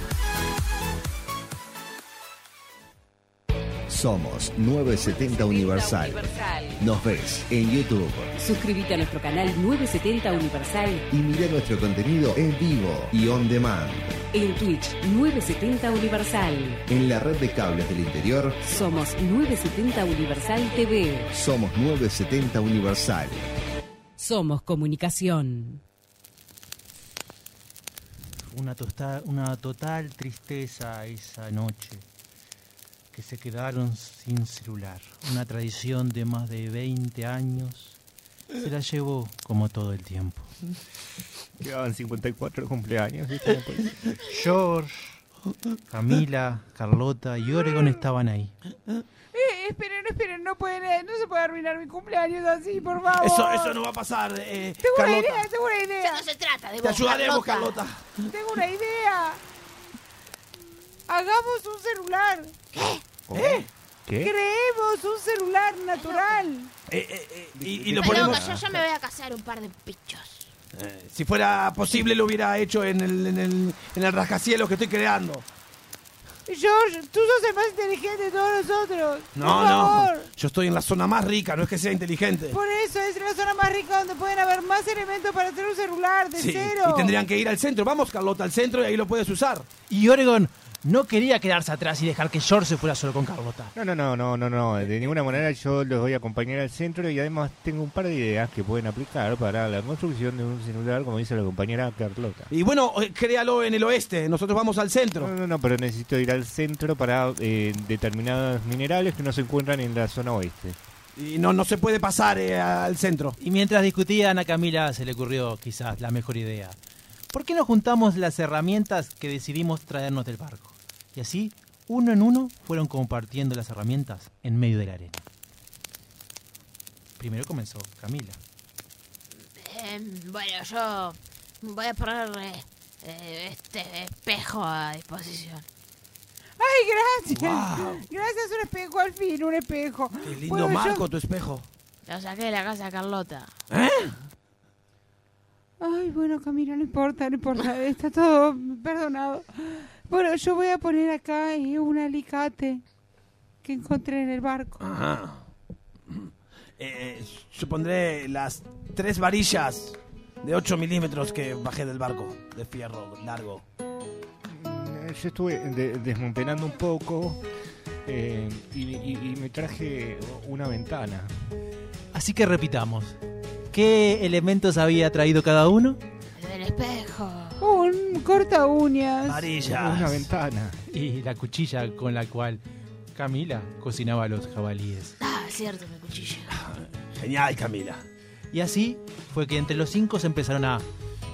L: Somos 970 Universal.
M: Universal.
L: Nos ves en YouTube
M: Suscríbete a nuestro canal 970 Universal
L: y mira nuestro contenido en vivo y on demand
M: en Twitch 970 Universal.
L: en la red de cables del interior.
M: Somos 970 Universal TV.
L: Somos 970 Universal.
M: Somos comunicación.
F: Una, tosta- una total tristeza esa noche, que se quedaron sin celular. Una tradición de más de 20 años se la llevó como todo el tiempo.
J: Quedaban 54 cumpleaños, ¿viste? No puede ser.
F: George, Camila, Carlota y Oregon estaban ahí.
O: Eh, esperen, esperen, no, pueden, eh, no se puede arruinar mi cumpleaños así, por favor.
P: Eso, eso no va a pasar, eh,
O: Tengo una
P: Carlota.
O: idea, tengo una idea.
N: no se trata
P: Te ayudaremos, Carlota.
O: Tengo una idea. Hagamos un celular. ¿Eh? Creemos un celular natural.
P: Eh, eh, eh, y, y lo
N: Está
P: ponemos.
N: loca, yo ya me voy a casar un par de pichos.
P: Eh, Si fuera posible, lo hubiera hecho en el, en el, en el rascacielos que estoy creando.
O: George, tú sos el más inteligente de todos nosotros.
P: No,
O: Por favor.
P: no. Yo estoy en la zona más rica, no es que sea inteligente.
O: Este. Por eso es la zona más rica donde pueden haber más elementos para hacer un celular de
P: Sí,
O: cero.
P: y tendrían que ir al centro. Vamos, Carlota, al centro y ahí lo puedes usar.
F: Y Oregon no quería quedarse atrás y dejar que George se fuera solo con Carlota.
J: No, no, no, no, no, no. De ninguna manera yo los voy a acompañar al centro y además tengo un par de ideas que pueden aplicar para la construcción de un celular, como dice la compañera Carlota.
P: Y bueno, eh, créalo en el oeste. Eh, Nosotros vamos al centro.
J: No, no, no, pero necesito ir al centro para eh, determinados minerales que no se encuentran en la zona oeste.
P: Y no, no se puede pasar eh, al centro.
F: Y mientras discutían a Camila se le ocurrió quizás la mejor idea. ¿Por qué no juntamos las herramientas que decidimos traernos del barco? Y así, uno en uno, fueron compartiendo las herramientas en medio de la arena. Primero comenzó Camila.
N: Em, bueno, yo voy a poner eh, eh, este espejo a disposición.
O: Ay, gracias.
P: Guau.
O: Gracias, un espejo al fin, un espejo.
P: Qué lindo
O: Bueno, yo-
P: marco tu espejo.
N: Lo saqué de la casa de Carlota.
F: Ah,
O: Ay, bueno, Camila, no importa, no importa. Está todo perdonado. Bueno, yo voy a poner acá eh, un alicate que encontré en el barco.
P: Ajá. Eh, yo pondré las tres varillas de 8 milímetros que bajé del barco, de fierro largo.
J: Eh, Yo estuve de- desmantelando un poco eh, y, y- y me traje una ventana.
F: Así que repitamos. ¿Qué elementos había traído cada uno?
N: El espejo.
O: Un corta uñas.
J: Una ventana.
F: Y la cuchilla con la cual Camila cocinaba los jabalíes.
N: Ah, es cierto, mi cuchillo.
P: Genial, Camila.
F: Y así fue que entre los cinco se empezaron a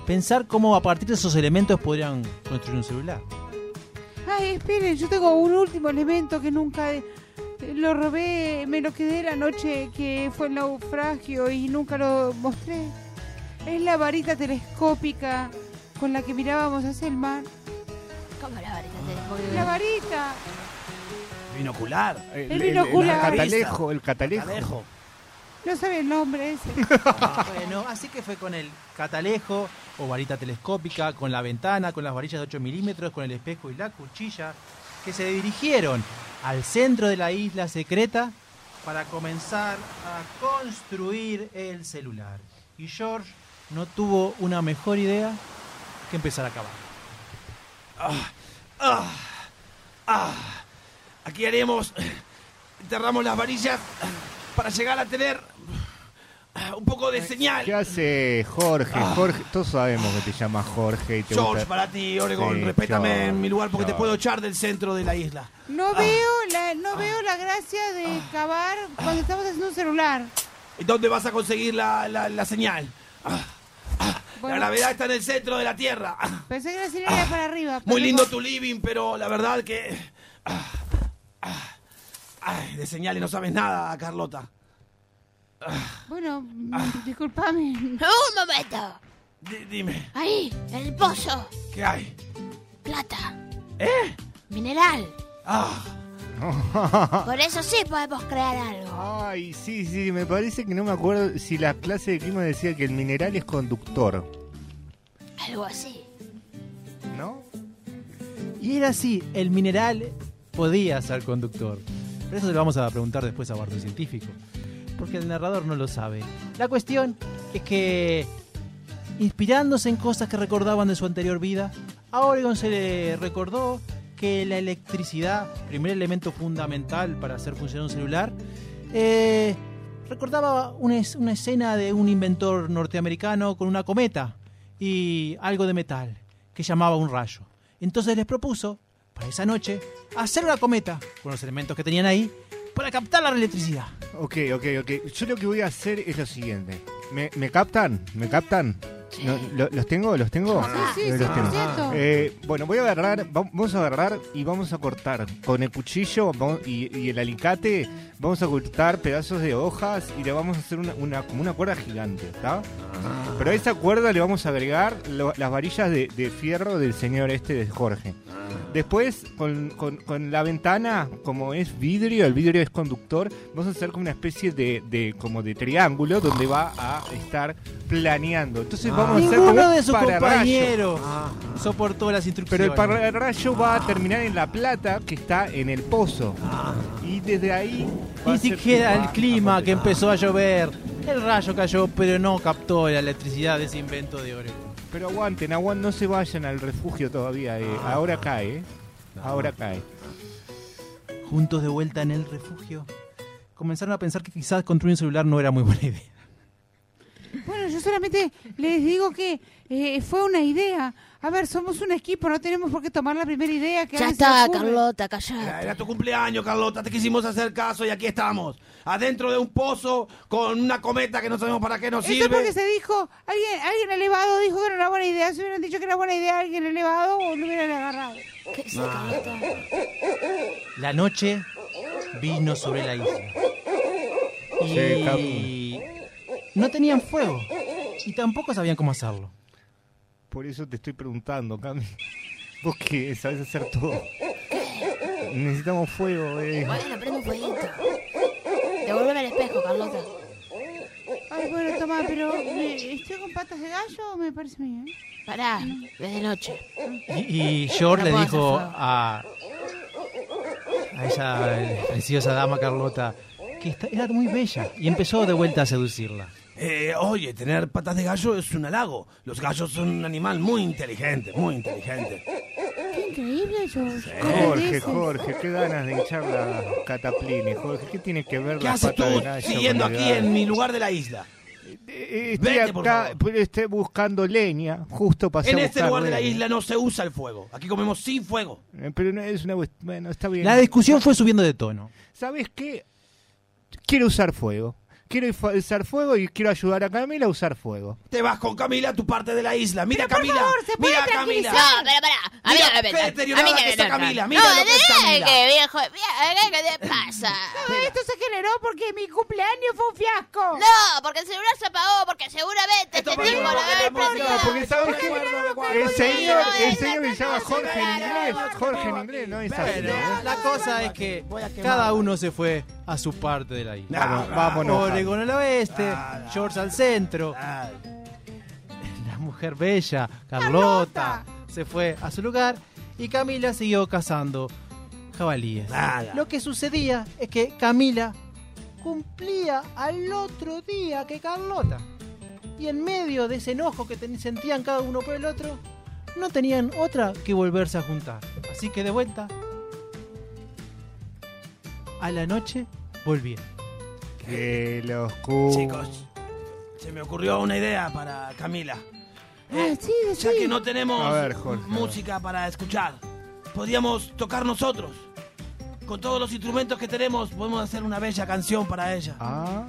F: pensar cómo a partir de esos elementos podrían construir un celular.
O: Ay, esperen, yo tengo un último elemento que nunca eh, lo robé, me lo quedé la noche que fue el naufragio y nunca lo mostré. Es la varita telescópica con la que mirábamos hacia el mar.
N: ¿Cómo la varita
O: La
N: telescópica?
O: varita.
P: Binocular.
J: El,
O: binocular.
J: catalejo, el catalejo.
P: Alejo.
O: No sabe el nombre ese.
F: Ah, Bueno, así que fue con el catalejo o varita telescópica, con la ventana, con las varillas de 8 milímetros, con el espejo y la cuchilla, que se dirigieron al centro de la isla secreta para comenzar a construir el celular. Y George no tuvo una mejor idea que empezar a cavar.
P: Ah, ah. Aquí haremos. Enterramos las varillas para llegar a tener ah, un poco de
J: ¿Qué
P: señal.
J: hace Jorge? Jorge, todos sabemos que te llamas Jorge y te
P: Ah. George,
J: gusta-
P: para ti, Oregón,
J: Sí,
P: respétame
J: George,
P: en mi lugar porque te
J: George.
P: puedo echar del centro de la isla.
O: No veo la, no veo la gracia de cavar cuando estamos haciendo un celular.
P: ¿Y dónde vas a conseguir la, la- la señal? Ah, ah,
O: Bueno.
P: La gravedad está en el centro de la Tierra. Ah,
O: Pensé que la señal era para arriba.
P: Muy
O: pero
P: lindo
O: no-
P: tu living, pero la verdad que... ah, ah, ay, de señales no sabes nada, Carlota.
O: Bueno, mm, discúlpame.
N: Ah. ¡Un momento!
P: Di- dime,
N: Ahí, en el pozo.
P: ¿qué hay?
N: Plata.
P: ¿Eh?
N: Mineral.
P: Ah,
F: Ah.
N: Por eso sí podemos crear algo.
J: Ay, sí, sí, me parece que no me acuerdo si la clase de clima decía que el mineral es conductor,
N: Algo así.
J: ¿no?
F: Y era así, el mineral podía ser conductor.
Q: Pero eso se lo vamos a preguntar después a Bardo el Científico. Porque el narrador no lo sabe. La cuestión es que,
F: inspirándose en cosas que recordaban de su anterior vida, a Oregon se le recordó que la electricidad, primer elemento fundamental para hacer funcionar un celular, eh, recordaba una, es- una escena de un inventor norteamericano con una cometa y algo de metal que llamaba un rayo. Entonces les propuso, para esa noche, hacer una cometa con los elementos que tenían ahí para captar la electricidad.
J: Ok, ok, ok. Yo lo que voy a hacer es lo siguiente. ¿Me, me captan? ¿Me captan? No, lo- ¿Los tengo? ¿Los tengo?
L: Sí, sí,
J: Eh, los tengo.
L: 100%.
J: Eh, bueno, voy a agarrar, va- vamos a agarrar y vamos a cortar con el cuchillo vamos- y, y el alicate, vamos a cortar pedazos de hojas y le vamos a hacer una, una- como una cuerda gigante, ¿está?
F: Ah.
J: Pero a esa cuerda le vamos a agregar lo- las varillas de, de fierro del señor este de Jorge.
F: Ah.
J: Después, con, con- con la ventana, como es vidrio, el vidrio es conductor, vamos a hacer como una especie de, de- como de triángulo donde va a estar planeando. Entonces vamos a hacer como
F: Ninguno
J: un
F: de sus
J: pararrayo. Ah,
F: compañeros soportó las
J: Pero
F: instrucciones.
J: el pararrayo va a terminar en la plata que está en el pozo. Y desde ahí... va a
F: Ah. Ni
J: ser que
F: siquiera
J: va
F: el
J: a
F: clima que
J: continuar.
F: empezó a llover. El rayo cayó, pero no captó la electricidad de ese invento de Oregon.
J: Pero aguanten, aguanten, no se vayan al refugio todavía. eh.
F: Ah.
J: Ahora cae, eh. Ahora cae.
F: Juntos de vuelta en el refugio, comenzaron a pensar que quizás construir un celular no era muy buena idea.
O: Bueno, yo solamente les digo que eh, fue una idea. A ver, somos un equipo, no tenemos por qué tomar la primera idea que
N: Ya
O: alguien se
N: está,
O: le ocurre.
N: Carlota, callada.
P: Era tu cumpleaños, Carlota, te quisimos hacer caso y aquí estamos. Adentro de un pozo con una cometa que no sabemos para qué nos
O: Eso es porque
P: sirve.
O: se dijo, alguien, alguien elevado dijo que no era buena idea. Si hubieran dicho que era buena idea, alguien elevado o lo hubieran agarrado.
F: Ah. La noche vino sobre la isla. Y no tenían fuego. Y tampoco sabían cómo hacerlo.
J: Por eso te estoy preguntando, Cami. Vos que sabes hacer todo. Necesitamos fuego, eh.
N: Bueno, prende un fueguito. Devuélveme el espejo, Carlota.
O: Ay, bueno, toma, pero ¿me- ¿estoy con patas de gallo o me parece muy bien?
N: Pará, es de noche.
F: Y, y
N: No
F: George le
N: puedo
F: dijo
N: hacer fuego.
F: a, a esa eh, preciosa dama Carlota que esta- era muy bella y empezó de vuelta a seducirla.
P: Eh, oye, tener patas de gallo es un halago. Los gallos son un animal muy inteligente, muy inteligente.
O: Qué increíble, George.
J: Jorge, Jorge, qué ganas de hinchar la cataplines, Jorge. ¿Qué tiene que ver
P: ¿Qué
J: la
P: haces
J: pata
P: tú
J: de gallo
P: siguiendo
J: con el
P: aquí en
J: gallo?
P: mi lugar de la isla?
J: Eh, Estoy
P: Vete, por
J: acá, pero estoy buscando leña, justo pasé
P: En
J: a
P: este
J: buscar
P: lugar de la
J: leña.
P: isla no se usa el fuego. Aquí comemos sin fuego.
J: Eh, Pero no es una cuest- Bueno, está bien.
F: La discusión fue subiendo de tono.
J: ¿Sabes qué? Quiero usar fuego. Quiero ifa- usar fuego y quiero ayudar a Camila a usar fuego.
P: Te vas con Camila a tu parte de la isla. Mira, Camila. mira, Camila.
N: No, pero pará. A mí
P: Mira,
N: no me
P: qué
N: metas.
P: deteriorada
N: A mí que
P: que
N: me
P: está
N: metas.
P: Camila, mira
N: No,
P: lo que es
N: ¿de
P: Camila.
N: qué, viejo? Mira, ¿qué te pasa?
O: Todo esto se generó porque mi cumpleaños fue un fiasco.
N: No, porque el celular se apagó, porque seguramente este tipo lo había
J: No, porque sabes qué? El señor, el señor que se llama Jorge en inglés, Jorge en inglés no es así.
F: Pero la cosa es que cada uno se fue a su parte de la isla.
J: Vamos, vámonos,
F: Oregon al oeste, George al centro. La mujer bella, Carlota, se fue a su lugar y Camila siguió cazando jabalíes. Lo que sucedía es que Camila cumplía al otro día que Carlota. Y en medio de ese enojo que ten- sentían cada uno por el otro, no tenían otra que volverse a juntar. Así que de vuelta, a la noche volvieron.
J: Que los cu...
P: Chicos,
O: Oh.
P: se me ocurrió una idea para Camila. Eh, Ya
O: Ah, sí.
P: que no tenemos
J: A ver, Jorge, a ver.
P: música para escuchar, podíamos tocar nosotros. Con todos los instrumentos que tenemos, podemos hacer una bella canción para ella.
J: Ah,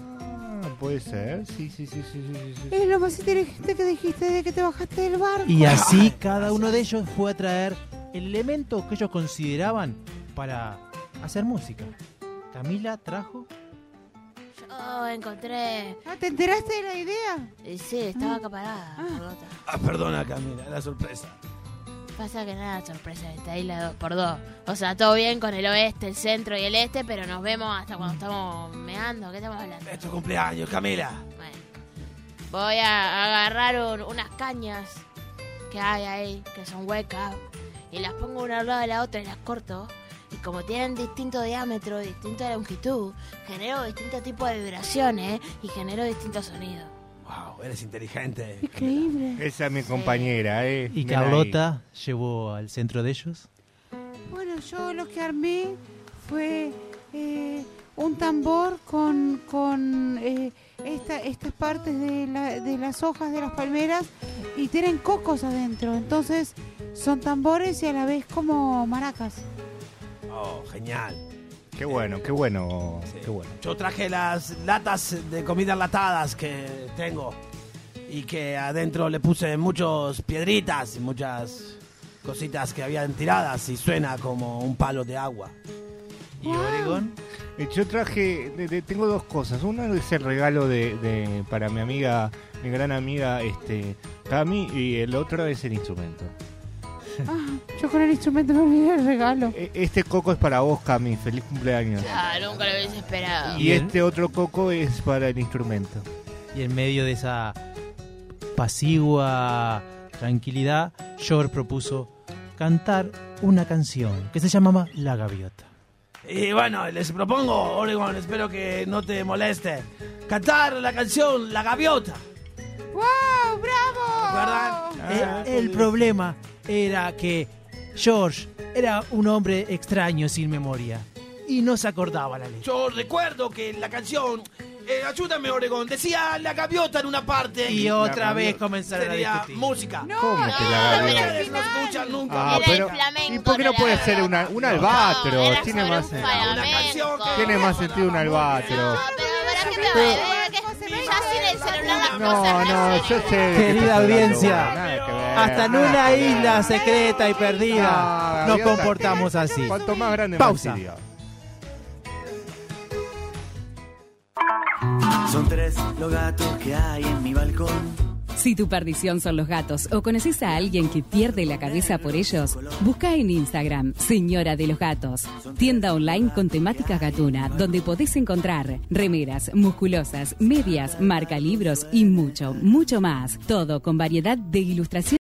J: puede ser. Sí, sí, sí, sí, sí, sí, sí.
O: Es lo más inteligente que dijiste desde que te bajaste del barco.
F: Y así cada uno de ellos fue a traer el elemento que ellos consideraban para hacer música. Camila trajo
N: Yo Oh, encontré.
O: Ah, ¿Te enteraste de la idea?
N: Y sí, estaba acaparada, Carlota.
P: Ah, perdona, Camila, la sorpresa.
N: Pasa que nada, sorpresa, está ahí la 2x2. O sea, todo bien con el oeste, el centro y el este, pero nos vemos hasta cuando estamos meando. ¿Qué estamos hablando?
P: Es tu cumpleaños, Camila.
N: Voy a agarrar un- unas cañas que hay ahí, que son huecas, y las pongo una al lado de la otra y las corto. Y y como tienen distinto diámetro, distinta longitud, genero distintos tipos de vibraciones y genero distintos sonidos.
P: Wow, eres inteligente.
N: Increíble.
J: Esa es mi compañera, ¿eh?
F: ¿Y
J: Ven ahí.
F: Carlota llevó al centro de ellos?
O: Bueno, yo lo que armé fue eh, un tambor con, con eh, esta- estas partes de, la- de las hojas de las palmeras y tienen cocos adentro. Entonces son tambores y a la vez como maracas.
P: Oh, genial.
J: Qué bueno, qué bueno, qué bueno.
P: Yo traje las latas de comida enlatadas que tengo y que adentro le puse muchos piedritas y muchas cositas que habían tiradas y suena como un palo de agua.
J: ¿Y Oregón? Yo traje, de- de- tengo dos cosas. Una es el regalo de, de- para mi amiga, mi gran amiga este, Cami, y el otro es el instrumento.
O: Ah, yo con el instrumento me olvidé el regalo.
J: E- Este coco es para vos, Cami, feliz cumpleaños.
N: Ah, nunca lo hubiese esperado.
J: Y este otro coco es para el instrumento.
F: Y en medio de esa pasigua tranquilidad, George propuso cantar una canción que se llamaba La Gaviota.
P: Y bueno, les propongo, Oregon, espero que no te moleste, cantar la canción La Gaviota.
O: ¡Wow! ¡Bravo!
P: ¿Verdad?
F: Eh, el problema era que George era un hombre extraño sin memoria y no se acordaba la letra.
P: Yo recuerdo que la canción, eh, ayúdame Oregón, decía la gaviota en una parte.
F: Y otra vez
P: comenzaron
F: a discutir.
P: música. No,
J: ¿Cómo que la gaviota?
P: Ustedes no escuchan nunca.
J: Ah, pero- ¿Y por qué no puede ser una- un albatros? tiene más sentido.
P: Una canción que...
J: Tiene más sentido un albatros.
N: Ya sin el celular las
J: No,
N: cosas
J: no, yo sé. de qué
F: Querida
J: estás hablando.
F: audiencia,
J: Nada que ver.
F: Hasta en una isla secreta y perdida
J: Ah,
F: nos
J: gaviota.
F: comportamos así.
J: Cuanto más grande, más
F: Pausa.
J: serio.
R: Son tres los gatos que hay en mi balcón.
M: Si tu perdición son los gatos o conoces a alguien que pierde la cabeza por ellos, busca en Instagram Señora de los Gatos, tienda online con temáticas gatuna, donde podés encontrar remeras, musculosas, medias, marca libros y mucho, mucho más. Todo con variedad de ilustraciones.